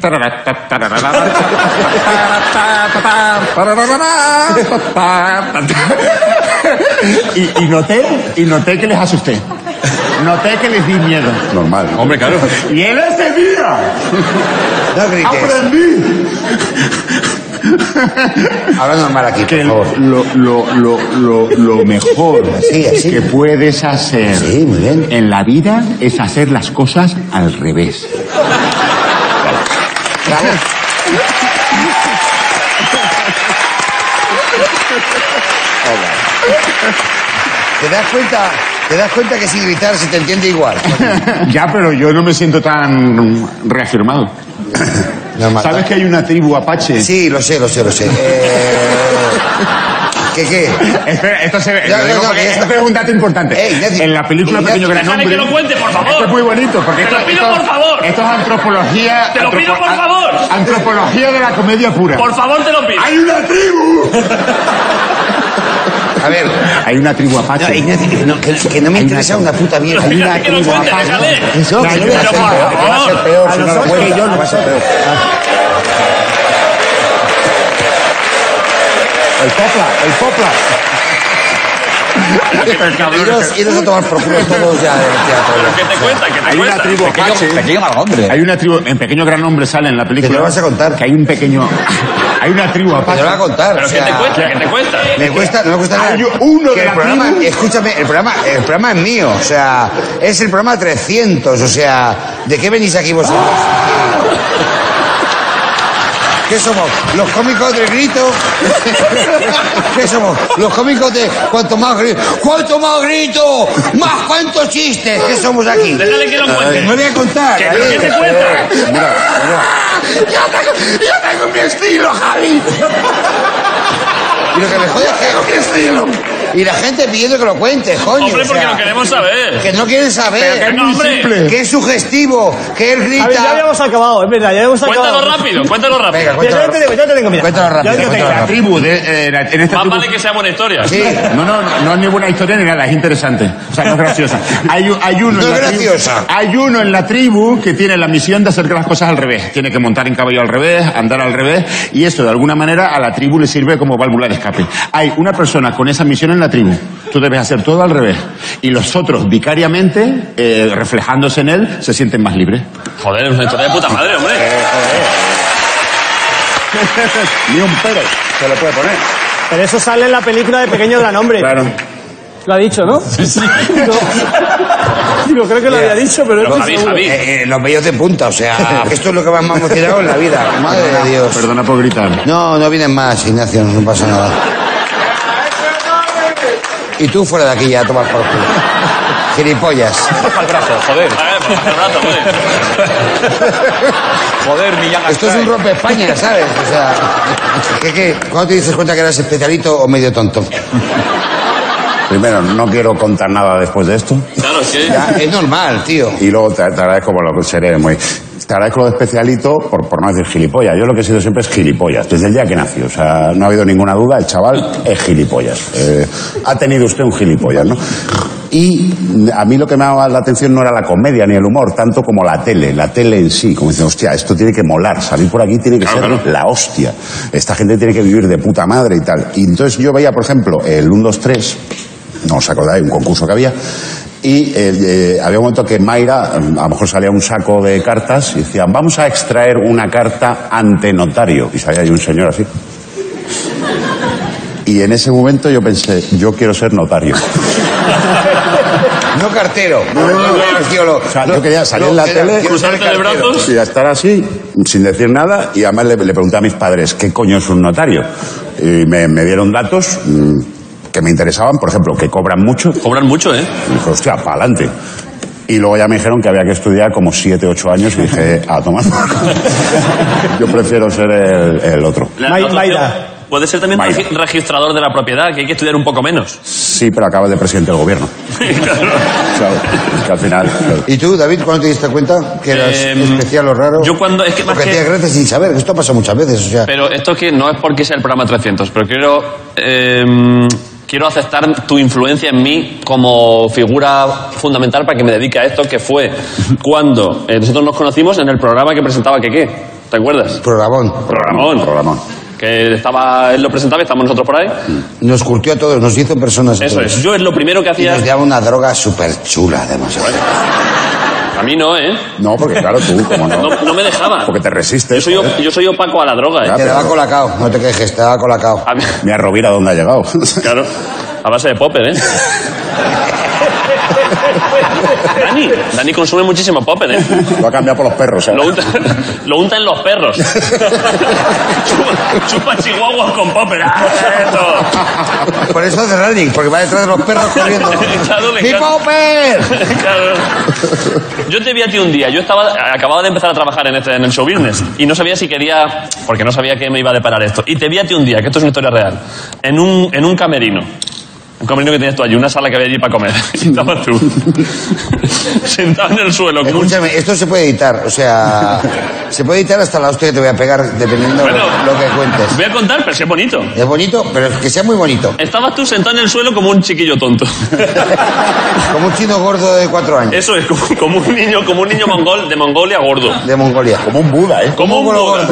D: tarara, ta, tarara, ta, ta, ta, tarara, ta, ta, ta. Y, y noté y noté que les asusté. Noté que les di miedo.
J: Normal.
F: Hombre, claro.
D: Y en ese día
I: No grites.
D: aprendí
I: Habla normal aquí,
D: que
I: por
D: lo,
I: favor.
D: lo, lo, lo, lo mejor
I: Así, así.
D: que puedes hacer
I: Sí, muy bien.
D: en la vida es hacer las cosas al revés.
I: Bravo. ¿Te das cuenta? ¿Te das cuenta que sin gritar se te entiende igual?
D: ya, pero yo no me siento tan reafirmado.
I: Normal.
D: ¿Sabes que hay una tribu apache?
I: Sí, lo sé, lo sé, lo sé. Eh, ¿Qué qué?
M: Espera, esto se ve.
I: Ya,
M: lo digo
I: ya, ya,
M: porque
I: ya está.
M: esto es un dato importante. en la película
I: Ey,
M: Pequeño Gran
I: Ignacio, déjame
M: Hombre.
I: que lo cuente, por favor.
M: Esto es muy bonito. Porque
I: Te lo
M: esto-
I: pido,
M: esto-
I: por favor.
M: Esto es antropología.
I: Te lo pido, por
M: a-
I: favor.
M: Antropología de la comedia pura.
I: Por
F: favor, te lo pido.
M: ¡Hay una tribu!
I: A ver.
M: Hay una tribu apache.
I: No, Ignacio, que no, que, que no me interesa una puta mierda. Hay una
M: que lo
I: tribu
M: cuente,
I: apache.
M: déjale.
I: Eso, que
M: Pero
I: lo
M: por
I: voy a hacer peor, que va a ser
M: favor.
I: peor. si
M: A
I: no Ah. lo
M: nosotros
I: cuento.
M: que yo no-
I: Va a ser peor. El popla, el popla. Iros, iros a tomar por culo todos ya del teatro.
F: ¿Qué te cuenta? ¿Qué
M: Hay
F: te
M: una
F: cuenta?
M: tribu
F: Pequeño-
M: apache.
F: pequeño
M: gran hombre. Hay una tribu, en pequeño gran hombre sale en la película.
I: lo vas a contar?
M: Que hay un pequeño, [laughs] hay una tribu apache.
I: Te lo voy a contar.
M: Pero
I: o
M: ¿qué te
I: sea,
M: cuesta? ¿Qué te
F: cuesta?
I: Me cuesta, no me cuesta nada.
M: Hay uno de
I: Que el
M: la
I: programa,
M: tribu.
I: Escúchame, el programa, el programa es mío. O sea, es el programa 300. O sea, ¿de qué venís aquí vosotros? ¿Qué somos? ¿Los cómicos del grito? [laughs] ¿Qué somos? ¿Los cómicos de cuanto más grito? ¡Cuanto más grito! ¡Más cuantos chistes! ¿Qué somos aquí?
F: Déjale que lo cuente.
I: No voy a contar.
F: Que- pero
I: a
F: ¿qué
I: ver.
F: te cuenta?
I: Mira, mira. Yo tengo, yo tengo mi estilo, Javi. Y lo que me jode es que hago mi estilo. Y la gente pidiendo que lo cuente, coño.
F: Hombre,
I: o
F: porque
I: sea,
F: lo queremos saber.
I: Que no quieren saber.
F: Pero que es No, muy hombre. simple.
I: Que es sugestivo. Que él grita.
K: A ver, ya habíamos acabado, es verdad, ya habíamos
F: Cuéntalo
K: acabado.
F: rápido, cuéntalo rápido.
I: Venga,
K: Mira,
I: cuéntalo.
K: yo te tengo, yo te tengo, mira.
I: Cuéntalo rápido,
K: Yo te tengo.
I: cuéntalo
M: La
I: rápido.
M: tribu de, eh, la- en esta
F: Más
M: tribu-
F: vale que sea buena historia.
I: Sí.
M: No, no, no, no es ni buena historia ni nada, es interesante. O sea, no es graciosa. Hay, u- hay uno
I: No
M: en
I: es
M: la tribu-
I: graciosa.
M: hay uno en la tribu que tiene la misión de hacer que las cosas al revés. Tiene que montar en caballo al revés, andar al revés, y eso de alguna manera a la tribu le sirve como válvula de escape. Hay una persona con esa misión en la tribu. Tú debes hacer todo al revés. Y los otros, vicariamente, eh, reflejándose en él, se sienten más libres.
F: Joder, es una historia de puta madre, hombre.
M: Ni un pero se lo puede poner.
K: Pero eso sale en la película de Pequeño Gran Hombre.
M: Claro.
K: Lo ha dicho, ¿no? Sí, sí. Digo, creo que lo había dicho, pero no
I: Los,
K: estoy seguro.
I: eh, eh, los medios de punta,
F: [laughs]
I: o sea, esto es lo que más me ha emocionado en la vida. Madre de Dios.
M: Perdona por gritar.
I: No, no vienen más, Ignacio, no pasa nada. Y tú fuera de aquí ya, tomar por culo. Gilipollas.
L: Baja el brazo, joder. Joder, Millán
I: Esto es un rompe España, ¿sabes? O sea, [laughs] ¿qué, qué? ¿Cuándo te dices cuenta que eras especialito o medio tonto?
B: Primero, no quiero contar nada después de esto.
F: Claro, es que.
I: Ya, es normal, tío.
B: Y luego te, te agradezco por lo que seré muy. Te agradezco lo de especialito por, por no decir gilipollas. Yo lo que he sido siempre es gilipollas, desde el día que nací. O sea, no ha habido ninguna duda, el chaval es gilipollas. Eh, ha tenido usted un gilipollas, ¿no? Y a mí lo que me daba la atención no era la comedia ni el humor, tanto como la tele, la tele en sí. Como dicen, hostia, esto tiene que molar, salir por aquí tiene que ser la hostia. Esta gente tiene que vivir de puta madre y tal. Y entonces yo veía, por ejemplo, el 1, 2, 3, no os acordáis, un concurso que había. Y eh, eh, había un momento que Mayra, mm, a lo mejor salía un saco de cartas y decían, vamos a extraer una carta ante notario. Y salía ahí un señor así. Y en ese momento yo pensé, yo quiero ser notario.
I: No cartero. No, no, no, tío, lo-
B: O sea, yo quería salir en la
I: quiero-
B: tele,
I: quiero ser
F: Cruzarte de
I: cartero.
F: brazos.
B: y a estar así, sin decir nada, y además le, le pregunté a mis padres, ¿qué coño es un notario? Y me, me dieron datos mm, que me interesaban, por ejemplo, que cobran mucho.
F: Cobran mucho, ¿eh?
B: Y dije, hostia, para adelante. Y luego ya me dijeron que había que estudiar como 7, 8 años y dije, a tomar. por culo. [laughs] Yo prefiero ser el, el otro.
F: La-
K: May-
F: la otra
K: Mayra.
F: opción Puede ser también
B: Mayra.
F: regi- registrador de la propiedad, que hay que estudiar un poco menos. [laughs]
B: Sí, pero acabas de presidente del gobierno. Claro, que al final... claro.
I: ¿Y tú, David, cuándo te diste cuenta que eras
F: Em,
I: especial o raro?
F: Yo cuando. Es que más
I: Porque
F: que.
I: hacías gracias sin saber, que esto pasa muchas veces, o sea...
F: Pero esto que no es porque sea el programa 300, pero quiero eh, quiero aceptar tu influencia en mí como figura fundamental para que me dedique a esto, que fue cuando eh, nosotros nos conocimos en el programa que presentaba Keke. ¿Te acuerdas?
I: Programón.
F: Programón.
B: Programón.
F: Que estaba, él lo presentaba y estábamos nosotros por ahí.
I: Nos curtió a todos, nos hizo personas. a
F: Eso
I: todos.
F: es. Yo es lo primero que
I: Y
F: hacía.
I: nos daba una droga súper chula, además.
F: A mí no, ¿eh?
B: No, porque claro, tú, como no...
F: No, no me dejaba.
B: Porque te
F: Yo
B: resistes.
F: soy,
B: joder.
F: o- yo soy opaco a la droga, ¿eh?
I: Te daba colacao, no te quejes, te daba colacao.
F: A mí-
B: Mira Rovira dónde ha llegado.
F: Claro. A base de popper, ¿eh? Dani, Dani consume muchísimo poppen, ¿eh?
B: [laughs] Lo ha cambiado por los perros, ¿sabes?
F: Lo unta, lo unta en los perros. [laughs] chupa, chupa chihuahuas con popper. ¡Ah, esto!
I: [laughs] Por eso hace running, porque va detrás de los
F: [laughs]
I: perros corriendo.
F: Claro, le
I: ¡Mi
F: encanta.
I: popper!
F: Claro. Yo te vi a ti un día. Yo estaba, acababa de empezar a trabajar en, este, en el show business y no sabía si quería, porque no sabía que me iba a deparar esto. Y te vi a ti un día, que esto es una historia real, en un, en un camerino. Un camerino que tienes tú allí, una sala que había allí para comer. [laughs] Y estabas tú. Sentado en el suelo. con un-
I: Escúchame, esto se puede editar,
F: [laughs]
I: o sea, se puede editar hasta la hostia que te voy a pegar, dependiendo de lo que cuentes.
F: Voy a contar, pero si es bonito.
I: Es bonito, pero es que sea muy bonito.
F: Estabas tú sentado en el suelo como un chiquillo tonto. [laughs]
I: Como un chino gordo de cuatro años.
F: Eso es, como, como un niño, como un niño mongol, de Mongolia gordo.
I: De Mongolia.
B: Como un Buda, ¿eh?
F: Como un Buda.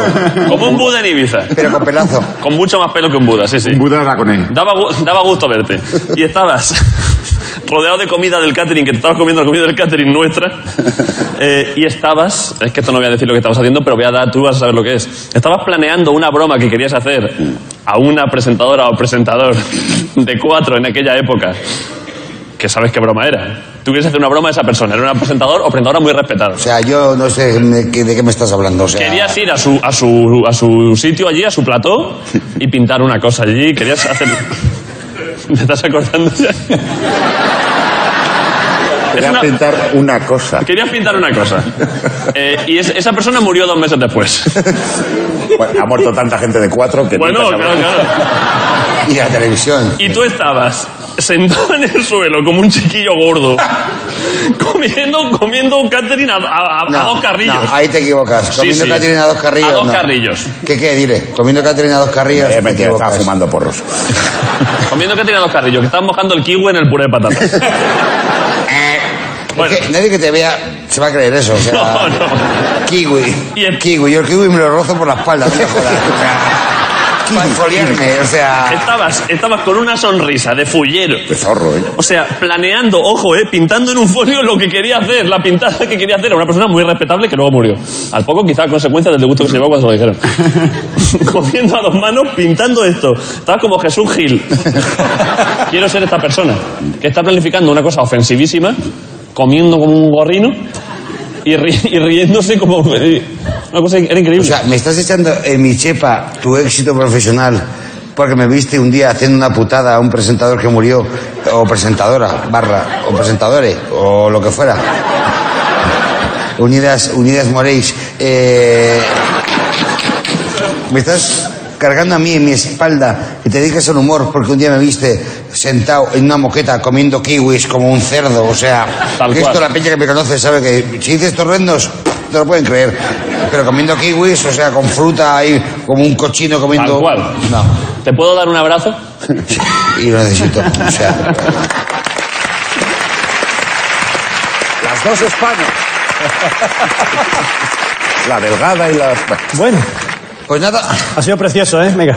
F: Como un Buda en Ibiza.
I: Pero con pelazo.
F: Con mucho más pelo que un Buda, sí, sí.
B: Buda era con él.
F: Daba, gu- daba gusto verte. Y estabas [laughs] rodeado de comida del catering, que te estabas comiendo la comida del catering nuestra. Eh, y estabas, es que esto no voy a decir lo que estabas haciendo, pero voy a dar, tú vas a saber lo que es. Estabas planeando una broma que querías hacer a una presentadora o presentador de cuatro en aquella época. Que sabes qué broma era. Tú querías hacer una broma a esa persona. Era un presentador o presentadora muy respetada.
I: O sea, yo no sé de qué, de qué me estás hablando, o sea...
F: Querías ir a su, a, su, a su sitio allí, a su plató, y pintar una cosa allí. Querías hacer... [laughs] ¿Te estás
I: [laughs]
F: acordando ya?
B: Quería
F: Es una-
B: pintar una cosa.
F: Querías pintar una cosa. Eh, y es- esa persona murió dos meses
I: [laughs]
F: después.
B: Bueno, ha muerto tanta gente de cuatro que...
F: Bueno,
B: nunca se
F: claro,
B: habrá-
F: claro.
I: Y la televisión.
F: Y tú estabas sentado en el suelo como un chiquillo gordo,
I: [laughs]
F: comiendo, comiendo un catering a, a- a- a dos carrillos.
I: No, ahí te equivocas.
F: Sí,
I: Comiendo
F: sí.
I: Caterina a dos carrillos.
F: A dos
I: no.
F: carrillos.
I: ¿Qué qué? Dile. Comiendo Caterina a dos carrillos.
B: Eh,
I: te
B: mentira, estaba
I: equivocas.
B: fumando porros.
F: Comiendo catering a dos carrillos, que estaban mojando el kiwi en el puré de
I: [laughs]
F: patatas. [laughs]
I: Eh, Es que nadie que te vea se va a creer eso. O
F: [laughs]
I: sea,
F: No, no.
I: Kiwi. Kiwi. Yo el kiwi me lo rozo por la espalda. No me jodas.
F: [laughs]
I: O sea, para exfoliarme, o sea...
F: Estabas, estabas con una sonrisa de fullero.
B: De zorro, ¿eh?
F: O sea, planeando, ojo, eh, pintando en un folio lo que quería hacer, la pintada que quería hacer a una persona muy respetable que luego murió. Al poco, quizá a consecuencia del gusto que se llevó cuando se lo dijeron. Comiendo a dos manos, pintando esto. Estabas como Jesús Gil. Quiero ser esta persona que está planificando una cosa ofensivísima, comiendo como un gorrino y, ri- y riéndose como. eh, Una cosa que era increíble.
I: O sea, me estás echando en mi chepa tu éxito profesional porque me viste un día haciendo una putada a un presentador que murió, o presentadora, barra, o presentadores, o lo que fuera. [laughs] Unidas, Unidas Moréis. eh, me estás cargando a mí en mi espalda y te dedicas al humor porque un día me viste sentado en una moqueta comiendo kiwis como un cerdo. O sea,
F: Tal
I: que esto
F: cual.
I: la peña que me conoce sabe que si dices torrendos no lo pueden creer. Pero comiendo kiwis, o sea, con fruta ahí, como un cochino comiendo...
F: Tal cual.
I: No,
F: ¿Te puedo dar un abrazo?
I: y lo necesito. O sea...
B: Las dos Españas. La delgada y la...
K: Bueno,
I: Pues nada,
K: ha sido precioso, ¿eh? Venga.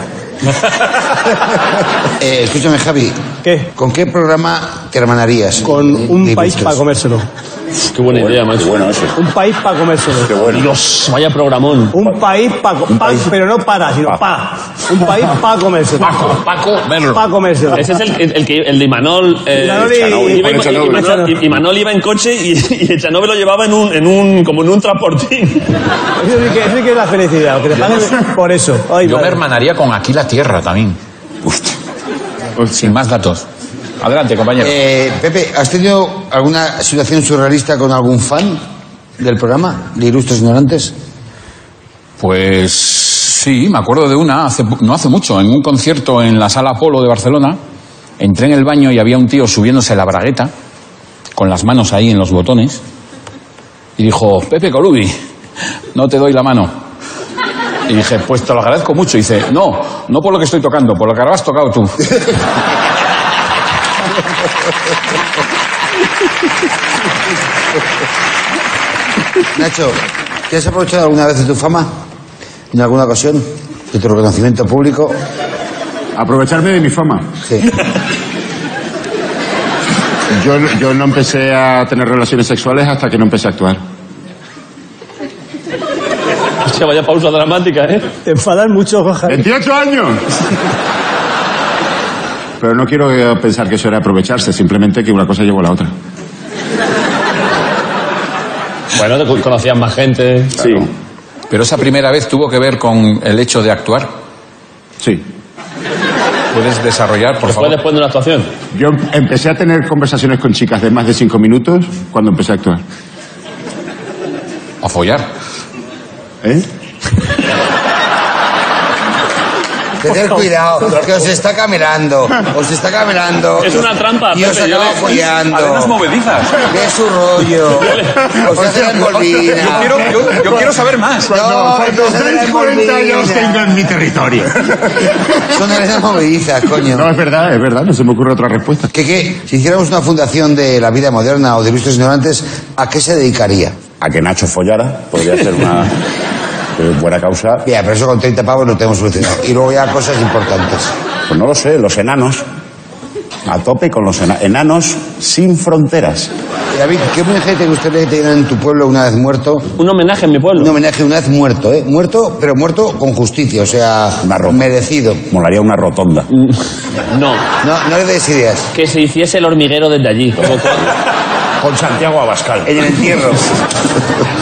I: eh, escúchame Javi.
K: ¿Qué?
I: ¿Con qué programa te hermanarías? Eh,
K: Con un
I: De
K: país
I: gustos.
K: para comérselo.
F: Qué buena idea, macho.
B: Bueno, eso.
K: Un país para comérselo.
F: Dios, Pues vaya programón.
K: Un país para... pero no para, sino pa. Un país para comérselo.
F: Paco Merlo.
K: Para comérselo.
F: Ese es el, el, el que- el de Imanol. eh,
K: Imanol y-
F: Echanove. Iba-
K: con Echanove.
F: Imanol- Imanol iba en coche y, [laughs] y Echanove lo llevaba en un, en un, como en un transportín. [laughs]
K: Eso sí que, eso sí que es la felicidad, que te paguen por eso. Ay,
D: Yo me
K: madre.
D: hermanaría con Aquí la Tierra también. Sin más datos. Adelante, compañero.
I: Eh, Pepe, ¿has tenido alguna situación surrealista con algún fan del programa, de Ilustres Ignorantes?
D: Pues sí, me acuerdo de una, hace, po- no hace mucho, en un concierto en la Sala Polo de Barcelona, entré en el baño y había un tío subiéndose la bragueta, con las manos ahí en los botones, y dijo, Pepe Colubi, no te doy la mano. Y dije, pues te lo agradezco mucho. Y dice, no, no por lo que estoy tocando, por lo que habrás tocado tú.
I: Nacho, ¿te has aprovechado alguna vez de tu fama? ¿En alguna ocasión? ¿De tu reconocimiento público?
B: Aprovecharme de mi fama.
I: Sí.
M: Yo, yo no empecé a tener relaciones sexuales hasta que no empecé a actuar.
F: Hostia, vaya pausa dramática, ¿eh?
K: Te enfadan mucho, Jorge.
M: ¡28 años!
B: eh,
M: Pero no quiero eh, pensar que eso era aprovecharse, simplemente que una cosa llevó a la otra.
F: Bueno, te conocías más gente. Sí.
D: Pero esa primera vez tuvo que ver con el hecho de actuar.
B: Sí.
D: ¿Puedes desarrollar, por favor?
F: después de una actuación?
B: Yo empecé a tener conversaciones con chicas de más de cinco minutos cuando empecé a actuar.
D: A follar.
B: ¿Eh?
I: Tener cuidado, que os está camelando. Os está camelando.
F: Es una trampa,
I: Y os
F: Pepe, yo
I: acaba
F: le-
I: follando.
F: Arenas movedizas.
I: Es su rollo. Os hace la colmina.
B: Yo quiero- yo- yo quiero saber más.
I: No,
B: Cuando os dais cuenta, ya os tengo en mi territorio.
I: Son arenas movedizas, coño.
B: No, es verdad, es verdad, no se me ocurre otra respuesta.
I: Que, que si hiciéramos una fundación de la vida moderna o de ilustres ignorantes, ¿a qué se dedicaría?
A: A que Nacho follara, podría ser una eh, buena causa.
I: Bien, pero eso con 30 pavos no tenemos solucionado. Y luego ya cosas importantes.
A: Pues no lo sé, los enanos. A tope con los ena- enanos sin fronteras.
I: Eh, David, ¿qué homenaje te gustaría que te dieran en tu pueblo una vez muerto?
F: Un homenaje en mi pueblo.
I: Un homenaje una vez muerto, ¿eh? Muerto, pero muerto con justicia, o sea, merecido.
A: Molaría una rotonda.
F: No.
I: No, no le des ideas.
F: Que se hiciese el hormiguero desde allí. como
K: [laughs]
F: con-
A: Con Santiago Abascal.
B: Eh,
I: En
F: [laughs]
I: el entierro.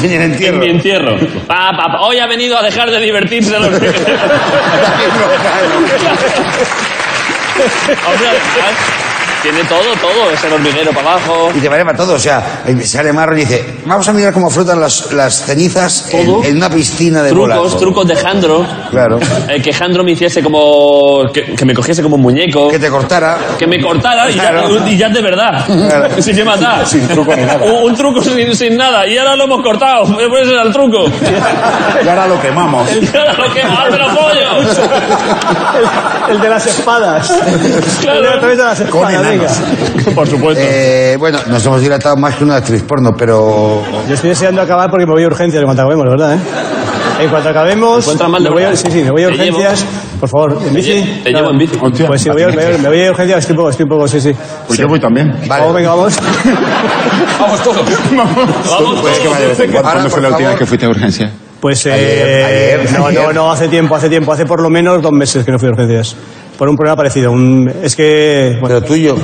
I: en el entierro.
F: En mi entierro. Pa, pa, pa. Hoy ha venido a dejar de divertirse el hormiguero.
K: [laughs]
F: Hombre, además, tiene todo, todo. Es el hormiguero para abajo.
I: [laughs] Y te vale para todo, o sea, eh, sale Marro y dice, vamos a mirar cómo flotan las, las cenizas en,
F: Todo.
I: en una piscina de
F: trucos,
I: bolas.
F: trucos de Jandro.
I: Claro.
F: Eh, que Jandro me hiciese como. Que, que me cogiese como un muñeco. Que
I: te cortara.
F: Que me cortara y,
I: Claro.
F: ya, y ya de verdad.
I: Claro.
F: [laughs] Sin que matar.
I: [laughs] Sin truco ni nada.
F: Un, un truco sin, sin nada. Y ahora lo hemos cortado. Ese era el
I: [laughs]
F: truco.
A: Y ahora lo quemamos.
F: Y ahora lo que ¡Hazme los pollos!
I: [laughs]
C: El, el de las espadas. El de, a través de las espadas, venga.
F: Por supuesto.
I: Eh, bueno, nos hemos dilatado más que una actriz porno, pero...
C: Yo estoy deseando acabar porque me voy a urgencias en cuanto acabemos, ¿verdad? Eh? En cuanto acabemos.
F: encuentras mal de
C: me voy a,
F: verdad.
C: sí, sí, me voy a
F: Te llevo.
C: urgencias. Por favor, en bici.
F: lle- te llevo en bici.
C: Pues sí, voy a- me voy a- me voy a urgencias, estoy un poco, estoy un poco, sí, sí.
B: Pues yo voy también.
C: Vale. Vamos, venga, vamos.
F: Vamos todos.
B: [laughs] Vamos Pues que vaya, ¿Cuándo fue la última vez que fuiste a urgencia?
C: Pues eh, no, no, no, hace tiempo, hace tiempo, hace por lo menos dos meses que no fui a urgencias. Por un problema parecido. un- es que. eh,
I: ¿Pero tuyo?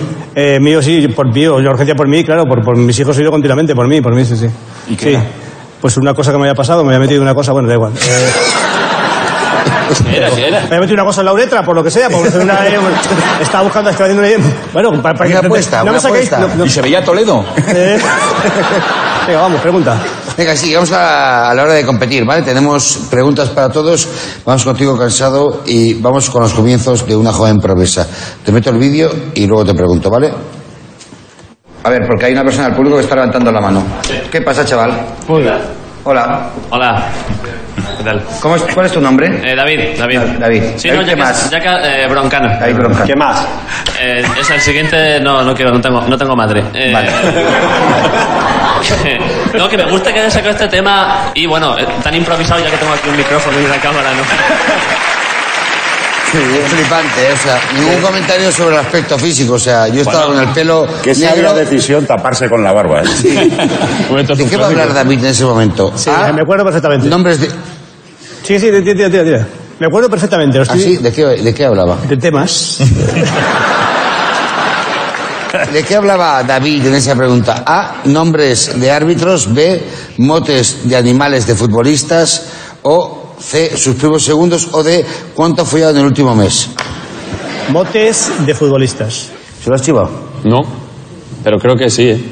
C: mío sí, por mío, la urgencia por mí, claro, por, por mis hijos he ido continuamente, por mí, por mí, sí, sí. ¿Y qué? Pues una cosa que me había pasado, me había metido una cosa, bueno, da igual. Eh,
F: Era, era.
C: me había metido una cosa en la uretra, por lo que sea, por hacer una. eh, bueno, [laughs] estaba buscando, estaba haciendo una. Bueno, para, para que. no me saquéis. no, no.
D: ¿Y se veía Toledo?
C: Eh, [laughs] venga, vamos, pregunta.
I: Venga, sí, vamos a, a la hora de competir, ¿vale? Tenemos preguntas para todos. Vamos contigo cansado y vamos con los comienzos de una joven promesa. Te meto el vídeo y luego te pregunto, ¿vale? A ver, porque hay una persona del público que está levantando la mano. ¿Qué pasa, chaval?
F: Hola.
I: Hola.
F: Hola. ¿Qué tal?
I: ¿Cómo es- ¿Cuál es tu nombre?
F: Eh, David, David.
I: David.
F: Sí,
I: David,
F: no, ya que-
I: ¿qué más?
F: ya que, eh, broncano.
I: David Broncano. ¿Qué
F: más? es Eh, el siguiente, no, no quiero, no tengo, no tengo madre. Eh, [laughs] no, que me gusta que haya sacado este tema y bueno, eh, tan improvisado ya que tengo aquí un micrófono y una cámara, ¿no?
I: Sí, es flipante, o sea, ningún comentario sobre el aspecto físico, o sea, yo estaba con el pelo
A: Qué sabia
I: negro.
A: decisión taparse con la barba. ¿eh? [laughs]
I: ¿De qué va a hablar David en ese momento? ¿Ah?
C: Sí, Eh, me acuerdo perfectamente.
I: Nombres de...
C: Sí, sí, tira, tira, tira, tira. Me acuerdo perfectamente. lo
I: ¿Ah,
C: estoy-
I: sí? ¿De qué, ¿De
A: [laughs]
I: qué hablaba?
C: De temas.
I: ¿De qué hablaba David en esa pregunta? A. Nombres de árbitros. B. Motes de animales de futbolistas. O C. Sus primos segundos. O D. ¿Cuánto ha follado en el último mes?
C: Motes de futbolistas.
I: ¿Se lo has chivado?
F: No, pero creo que sí, ¿eh?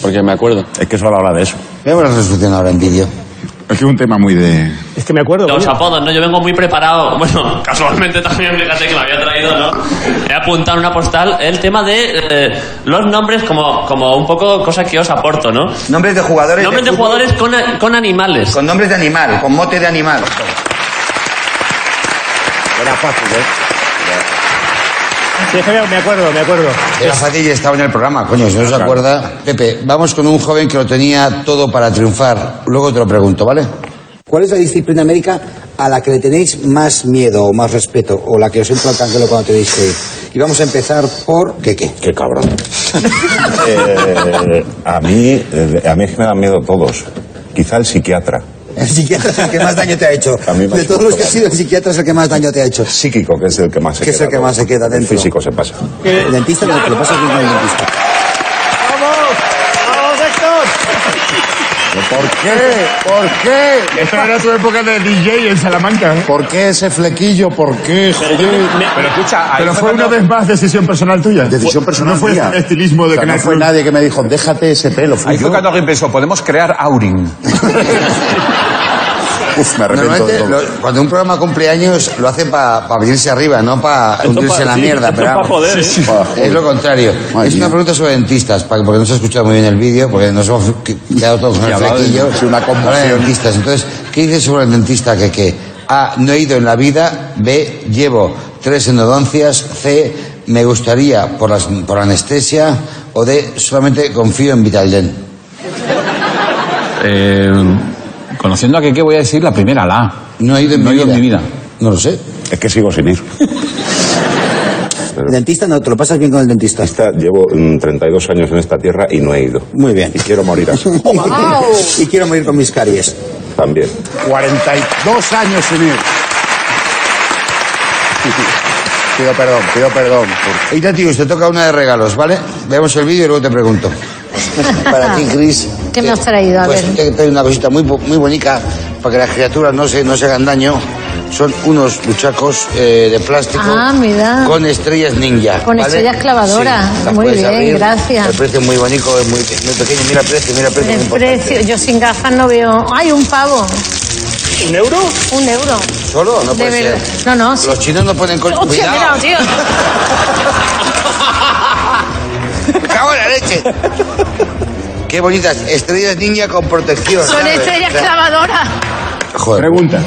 F: porque me acuerdo.
A: Es que solo habla de eso.
I: Veamos la resolución ahora en vídeo.
B: Es que es un tema muy de...
C: Es que me acuerdo.
F: Los apodos, ¿no? Yo vengo muy preparado. Bueno, [laughs] casualmente también, fíjate que lo había traído, ¿no? He apuntado en una postal el tema de eh, los nombres como, como un poco cosa que os aporto, ¿no?
I: Nombres de jugadores.
F: Nombres de
I: fútbol,
F: jugadores con, a- con animales.
I: Con nombres de animal, con mote de animal.
A: Era fácil, ¿eh?
C: Sí, es que me me acuerdo, me acuerdo.
I: Era fácil y estaba en el programa, coño, si no se acuerda. Pepe, vamos con un joven que lo tenía todo para triunfar. Luego te lo pregunto, ¿vale?
N: ¿Cuál es la disciplina médica a la que le tenéis más miedo o más respeto o la que os entra al canguelo cuando tenéis que ir? Y vamos a empezar por ¿qué qué?
A: Qué cabrón. Eh, a mí, eh, a mí es que me dan miedo todos. Quizá el psiquiatra.
N: El psiquiatra es el que más daño te ha hecho.
A: A mí me
N: De
A: ha
N: todos
A: hecho
N: los que ha
A: daño.
N: sido el psiquiatra es el que más daño te ha hecho.
A: Psíquico, que es el que más se
N: Que
A: queda.
N: es el que más se queda dentro.
A: El físico se pasa.
N: El dentista que lo pasas bien con el dentista.
C: ¡Vamos! ¡Vamos, Héctor!
A: No
M: ¿Por qué? ¿Por qué? Esta era tu época de DJ en Salamanca. ¿Por qué ese flequillo? ¿Por qué?
B: Pero yo me- me-
M: Pero escucha,
B: ahí
M: pero
B: fue
M: fue una
B: cuando-
M: vez más decisión personal tuya.
B: Decisión
M: Fue-
B: personal
M: No fue
B: mía.
M: estilismo de
B: O sea, no
M: Canal
B: fue
M: Club.
B: nadie
O: que me dijo, déjate ese pelo. Fui
D: Ahí fue
B: yo.
D: cuando alguien pensó, podemos crear Aurin.
B: Uf, me arrepiento de
I: Normalmente,
B: todo.
I: lo- cuando un programa cumple años, lo hace para venirse arriba, no para
B: Esto
I: hundirse
B: pa-
I: en la
B: sí,
I: mierda.
B: esto
I: pero
B: pa
I: vamos.
B: joder, ¿eh? Sí, sí, pa joder.
I: Es lo contrario. es una pregunta sobre dentistas, pa- porque no se ha escuchado muy bien el vídeo, porque nos hemos qu- quedado todos con el
B: Ya va,
I: flequillo.
B: es una conmoción.
I: Ahora de dentistas. Entonces, ¿qué dices sobre el dentista? Que, que A, no he ido en la vida, B, llevo tres endodoncias, C, me gustaría por, las- por anestesia, o D, solamente confío en Vitaldent.
D: Eh, conociendo a que qué voy a decir la primera, la.
I: No he ido en,
D: no
I: mi, vida.
D: No lo sé.
B: Es que sigo sin ir.
P: Dentista no, te lo pasas bien con el dentista.
Q: Llevo mm, 32 años en esta tierra y no he ido.
P: Muy
I: [laughs]
P: bien.
Q: Y quiero morir así.
P: y quiero morir con mis caries.
Q: También.
M: 42 años sin ir.
I: Pido perdón, pido perdón. Ignatius, te toca una de regalos, ¿vale? Veamos el vídeo y luego te pregunto. Para ti, Cris.
G: ¿Qué me has traído? A
I: Pues
G: ver.
I: te traigo una cosita muy, bu- muy bonita para que las criaturas no se, no se hagan daño. Son unos luchacos eh, de plástico
G: Ah, mira.
I: con estrellas ninja.
G: Con
I: ¿vale?
G: estrellas clavadoras.
I: Sí, las
G: Muy
I: puedes
G: bien,
I: abrir.
G: gracias.
I: El precio es muy bonito, es muy, es muy pequeño. Mira el precio, mira el precio. muy
G: El
I: importante.
G: precio, yo sin gafas no veo. ¡Ay, un pavo!
I: ¿Un euro?
G: Un euro.
I: ¿Solo? No
G: De
I: puede
G: verdad.
I: ser.
G: No, no.
I: Los chinos no
G: [laughs]
I: ponen coche.
G: ¡Hostia, mira, tío!
I: Me cago en la leche. Qué bonitas estrellas ninja con protección.
G: Son
I: ¿sabes?
G: [laughs] estrellas
I: O sea,
G: clavadoras.
I: Pregunta.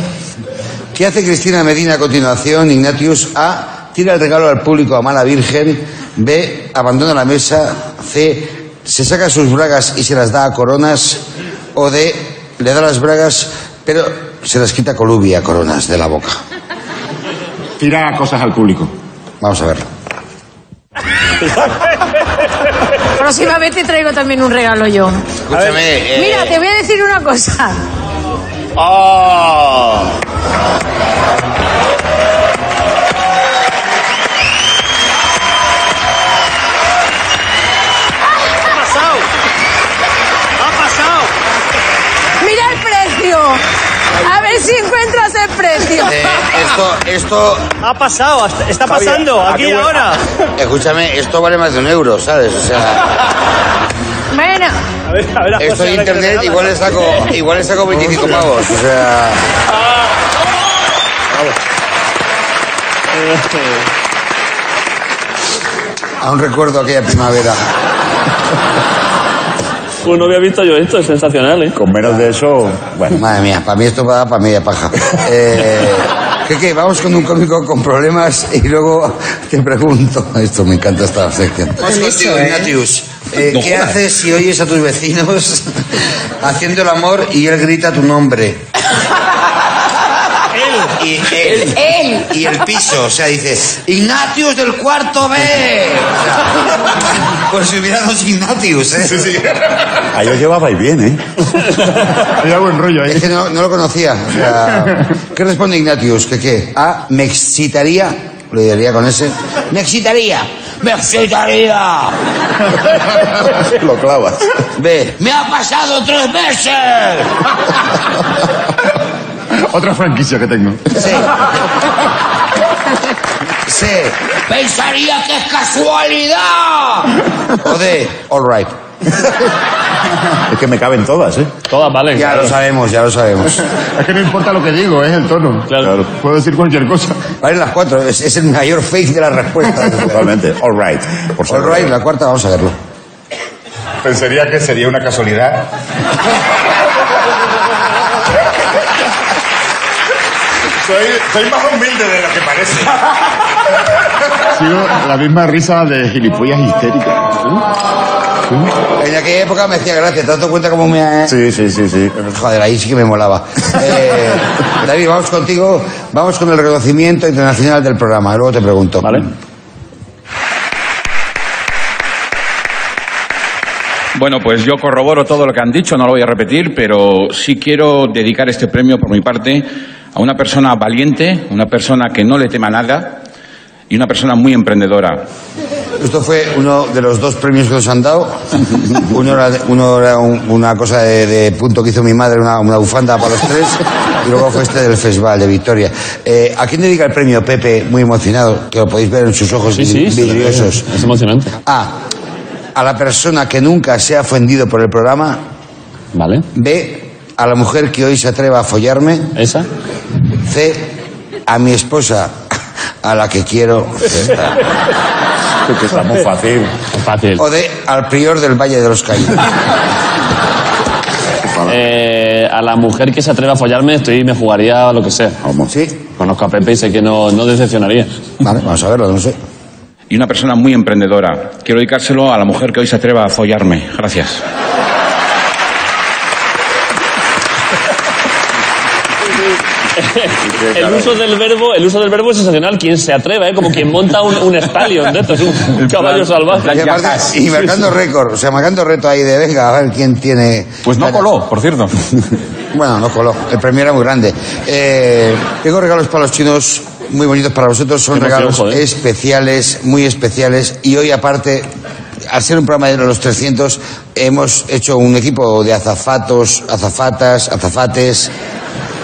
I: ¿Qué hace Cristina Medina a continuación, Ignatius? A. Tira el regalo al público a mala virgen. B. Abandona la mesa. C. Se saca sus bragas y se las da a Coronas. O D. Le da las bragas, pero se las quita Colubia a Coronas de la boca.
M: Tira cosas al público.
I: Vamos a verlo.
G: Próximamente traigo también un regalo yo.
I: Escúchame. eh,
G: Mira, te voy a decir una cosa.
A: ¿Qué ha pasado? ha pasado?
G: Mira el precio. A ver si encuentras el precio.
I: Eh, esto, esto.
K: Ha pasado, hasta- está
I: Javier,
K: pasando,
I: ¿a
K: aquí
I: qué
K: y
I: huele?
K: ahora.
I: Escúchame, esto vale más de un euro, ¿sabes? O sea,
G: Bueno,
C: Pues
I: esto en internet igual le saco, igual le saco 25 pavos. O sea. Aún recuerdo aquella primavera.
F: Pues no había visto yo esto, es sensacional, ¿eh?
I: Con menos de eso, bueno. Madre mía, para mí esto va para media paja. Eh, ¿Qué qué? Vamos con un cómico con problemas y luego te pregunto. Esto me encanta esta sección. Vamos contigo, Ignatius. Eh,
A: No
I: ¿Qué
A: jodas.
I: haces si oyes a tus vecinos [laughs] haciendo el amor y él grita tu nombre? [laughs] Él. Y él.
A: Él.
I: Y el piso, o sea, dice, Ignatius del cuarto B. [laughs] Pues si hubiera dos Ignatius, ¿eh? Sí, sí.
B: Ahí os llevabais bien, ¿eh?
I: Era buen rollo [laughs] Es que no, no lo conocía. o
B: [laughs]
I: sea, ¿Qué responde Ignatius? ¿Que qué? A, me excitaría. Lo diría con ese. Me excitaría. Me excitaría.
B: Lo clavas.
I: B, me ha pasado tres veces.
M: Otra franquicia que tengo.
I: C, pensaría que es casualidad. O D, all right.
B: Es que me caben todas, ¿eh?
F: Todas valen.
I: Ya lo sabemos, ya lo sabemos.
M: Es que no importa lo que digo, es el tono. Claro. Puedo decir cualquier cosa.
I: Valen las cuatro, es, es el mayor fake de las respuestas.
B: Totalmente. All right. Por
I: All right, la cuarta, vamos a verlo.
M: Pensaría que sería una casualidad.
A: Soy, soy más humilde de lo que parece.
M: Sigo la misma risa de gilipollas histérica.
I: En aquella época me hacía gracia, ¿te has dado cuenta cómo me... Sí, sí, sí, sí. Joder, ahí sí que me molaba.
F: [laughs]
I: Eh, David, vamos contigo, vamos con el reconocimiento internacional del programa, luego te pregunto. Vale.
D: Bueno, pues yo corroboro todo lo que han dicho, no lo voy a repetir, pero sí quiero dedicar este premio por mi parte a una persona valiente, una persona que no le tema nada y una persona muy emprendedora.
I: Esto fue uno de los dos premios que nos
F: [laughs]
I: han dado. Uno era, uno era un- una cosa de, de punto que hizo mi madre, una, una bufanda para los tres. Y luego fue este del Festival de Victoria. Eh, ¿A quién dedica el premio Pepe? Muy emocionado, que lo podéis ver en sus ojos
F: Sí, sí,
I: vi-
F: se le ve.
I: vidriosos.
F: Es emocionante.
I: A. A la persona que nunca se ha ofendido por el programa.
F: Vale.
I: B. A la mujer que hoy se atreva a follarme.
F: Esa.
I: C. A mi esposa, a la que quiero.
M: Que está muy fácil.
F: Fácil.
I: O de al prior del Valle de los Caídos.
F: Eh, a la mujer que se atreva a follarme, estoy me jugaría a lo que sea.
I: Sí.
F: Conozco a Pepe y sé que no, no decepcionaría.
I: Vale, vamos a verlo, no sé.
L: Y una persona muy emprendedora. Quiero dedicárselo a la mujer que hoy se atreva a follarme. Gracias.
F: El uso del verbo, el uso del verbo es sensacional. Quien se atreva, ¿eh? como quien monta un, un stallion de estos, un caballo salvaje.
I: Y, aparte- y marcando récord, o sea, marcando reto ahí de venga, a ver quién tiene. Pues no coló,
L: por cierto.
I: bueno, no coló. El premio era muy grande. Eh, tengo regalos para los chinos muy bonitos para vosotros. Son
F: Qué emoción,
I: regalos
F: joder.
I: especiales, muy especiales. Y hoy, aparte, al ser un programa de los 300, hemos hecho un equipo de azafatos, azafatas, azafates.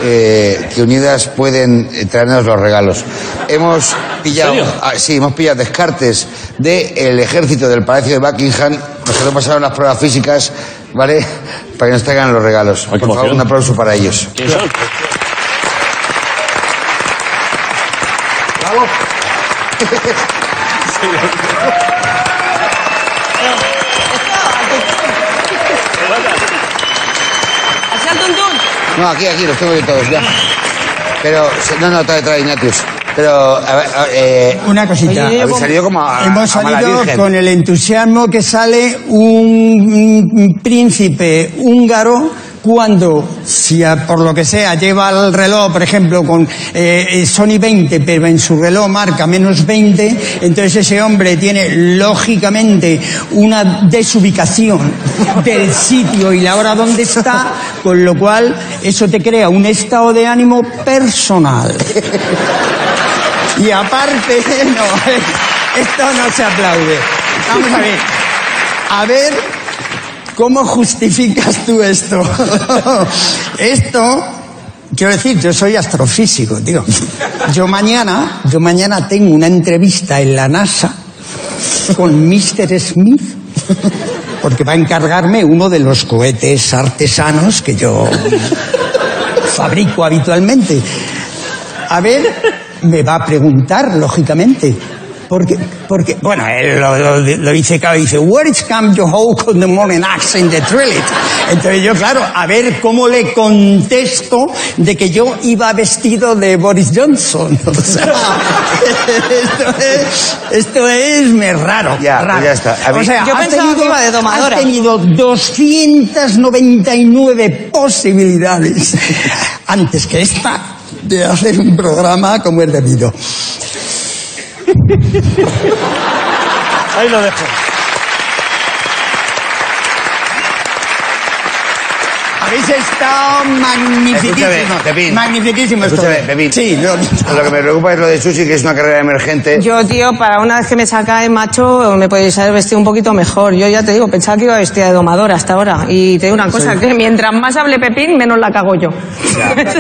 I: eh, que unidas pueden eh, traernos los regalos. Hemos pillado, ah, sí, hemos pillado descartes del ejército del Palacio de Buckingham, nos lo pasaron las pruebas físicas, ¿vale? Para que nos traigan los regalos. Por favor,
F: emoción.
I: un aplauso para ellos.
R: ¡Hacia el tuntún!
I: No, aquí, aquí, los tengo yo todos ya. Pero, no, no, trae, trae, Ignatius. Pero, a ver, a- eh,
J: Una cosita.
I: Oye, Habéis salido como a-
J: Hemos
I: a mala
J: salido
I: virgen.
J: con el entusiasmo que sale un un príncipe húngaro cuando, si a- por lo que sea, lleva el reloj, por ejemplo, con eh, eh, Sony 20, pero en su reloj marca menos 20, entonces ese hombre tiene, lógicamente, una desubicación [laughs] del sitio y la hora donde está, con lo cual eso te crea un estado de ánimo personal. Y aparte, [laughs] no, esto no se aplaude. Vamos a ver. A ver cómo justificas tú esto. [laughs] Esto, quiero decir, yo soy astrofísico, tío. Yo mañana, yo mañana tengo una entrevista en la NASA con Mr. Smith. Porque va a encargarme uno de los cohetes artesanos que yo fabrico habitualmente. A ver, me va a preguntar, lógicamente. Porque, porque, bueno, él lo, lo- lo dice, claro, dice, Where is come your whole in the morning axe in the toilet? Entonces yo, claro, a ver cómo le contesto de que yo iba vestido de Boris Johnson. [laughs] O sea, esto es, esto es me raro.
I: Ya,
J: raro.
I: pues ya está. A mí-
J: O sea,
R: Yo
J: has
R: pensaba que
J: tenido-
R: iba de domadora.
J: has tenido 299
R: [laughs]
J: posibilidades antes que esta de hacer un programa como el debido.
K: Ahí lo dejo.
J: Habéis estado magnifiquísimos. Magnifiquísimos
I: Escúchame,
J: todos.
I: Pepín.
J: Sí,
I: Lo que me preocupa es lo de Susi, que es una carrera emergente.
R: Yo, tío, para una vez que me saca el macho, me podéis haber vestido un poquito mejor. Yo ya te digo, pensaba que iba vestida de domadora hasta ahora. Y te digo una cosa,
J: Sí.
R: que mientras más hable Pepín, menos la cago yo.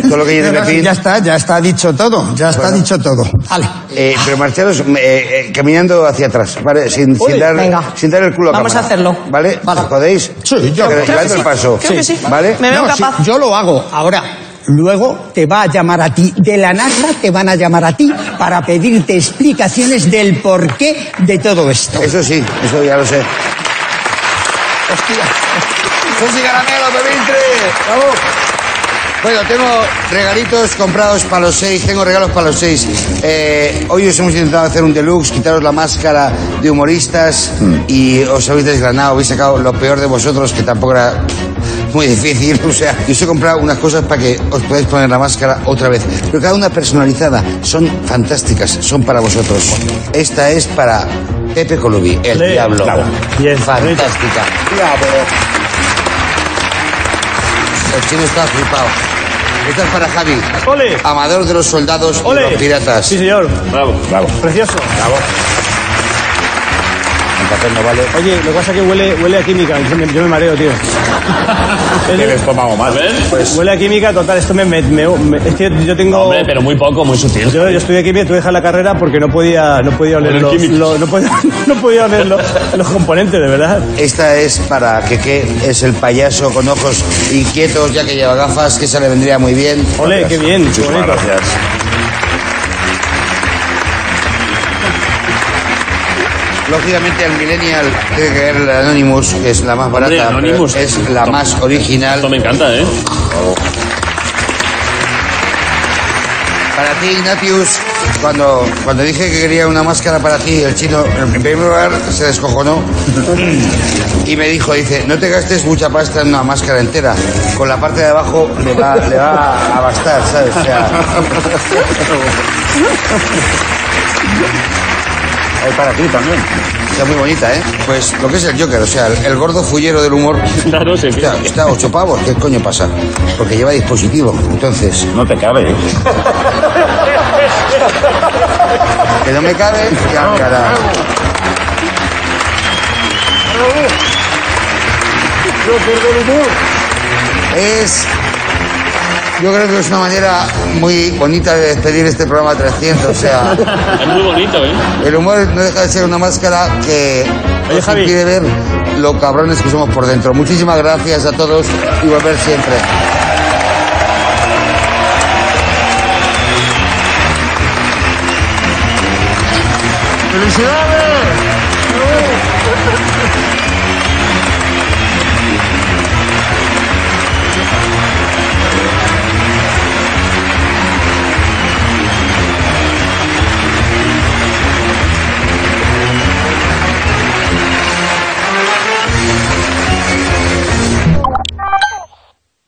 I: Todo lo que yo
J: Ya,
I: Pepín.
J: ya está, ya está dicho todo. Ya está dicho todo. Vale.
I: Eh, pero marcharos eh, eh, caminando hacia atrás, ¿vale? Sin, sin
R: Uy,
I: dar,
R: venga.
I: sin dar el culo a
R: Vamos
I: cámara,
R: a hacerlo.
I: ¿Vale? ¿Os ¿Podéis?
J: Sí, yo
I: Pero llevando el paso. ¿Vale?
J: No, sí, yo lo hago. Ahora, luego te va a llamar a ti. De la NASA te van a llamar a ti para pedirte explicaciones del porqué de todo esto.
I: Eso sí, eso ya lo sé. Susi Caramelo, Pevintre. Vamos. Bueno, tengo regalitos comprados para los seis, tengo regalos para los seis. Eh, hoy os hemos intentado hacer un deluxe, quitaros la máscara de humoristas y os habéis desgranado, habéis sacado lo peor de vosotros, que tampoco era muy difícil. [laughs] O sea, yo os he comprado unas cosas para que os podáis poner la máscara otra vez. Pero cada una personalizada, son fantásticas, son para vosotros. Esta es para Pepe Colubi, el
K: Le-
I: diablo.
K: Claro.
I: Fantástica. El chino está flipado. Esta es para Javi. Amador de los soldados y los piratas. Sí,
K: señor.
I: Bravo. Bravo.
K: Precioso.
I: Bravo.
P: papel no vale.
C: Oye, lo que pasa es que huele, huele a química. Yo me, yo me mareo, tío.
B: El estómago mal.
C: Huele a química, total, esto me... me- me- me- es que yo tengo... Hombre, pero muy poco, muy sutil. Yo, yo estudié química, tuve que dejar la carrera porque no podía, no podía oler
I: Oler
C: los...
I: químicos.
C: los- no, podía, [laughs] no podía oler los, los componentes, de verdad.
I: Esta es para que que es el payaso con ojos inquietos, ya que lleva gafas, que se le vendría muy bien.
C: Ole, qué bien, qué Muchísimas bonito.
I: gracias. Lógicamente al Millennial tiene que caer el Anonymous, que es la más barata,
F: Hombre, Anonymous.
I: pero es la más original. Esto me
F: encanta, ¿eh?
I: Para ti, Ignatius, cuando, cuando dije que quería una máscara para ti, el chino, en primer lugar, se descojonó y me dijo, dice, no te gastes mucha pasta en una máscara entera, con la parte de abajo le va, le va a bastar, ¿sabes? O sea,
B: Es para ti también.
I: Está muy bonita, ¿eh? Pues lo que es el Joker, o sea, el, el gordo fullero del humor. Claro, sí. Está, está a ocho pavos, ¿qué coño pasa? Porque lleva dispositivo, entonces.
B: No te cabe, ¿eh?
I: Que no me cabe, ya, cara. Es. Yo creo que es una manera muy bonita de despedir este programa 300, o sea.
F: Es muy bonito, ¿eh?
I: El humor no deja de ser una máscara que nos impide ver lo cabrones que somos por dentro. Muchísimas gracias a todos y volver siempre.
A: ¡Felicidades!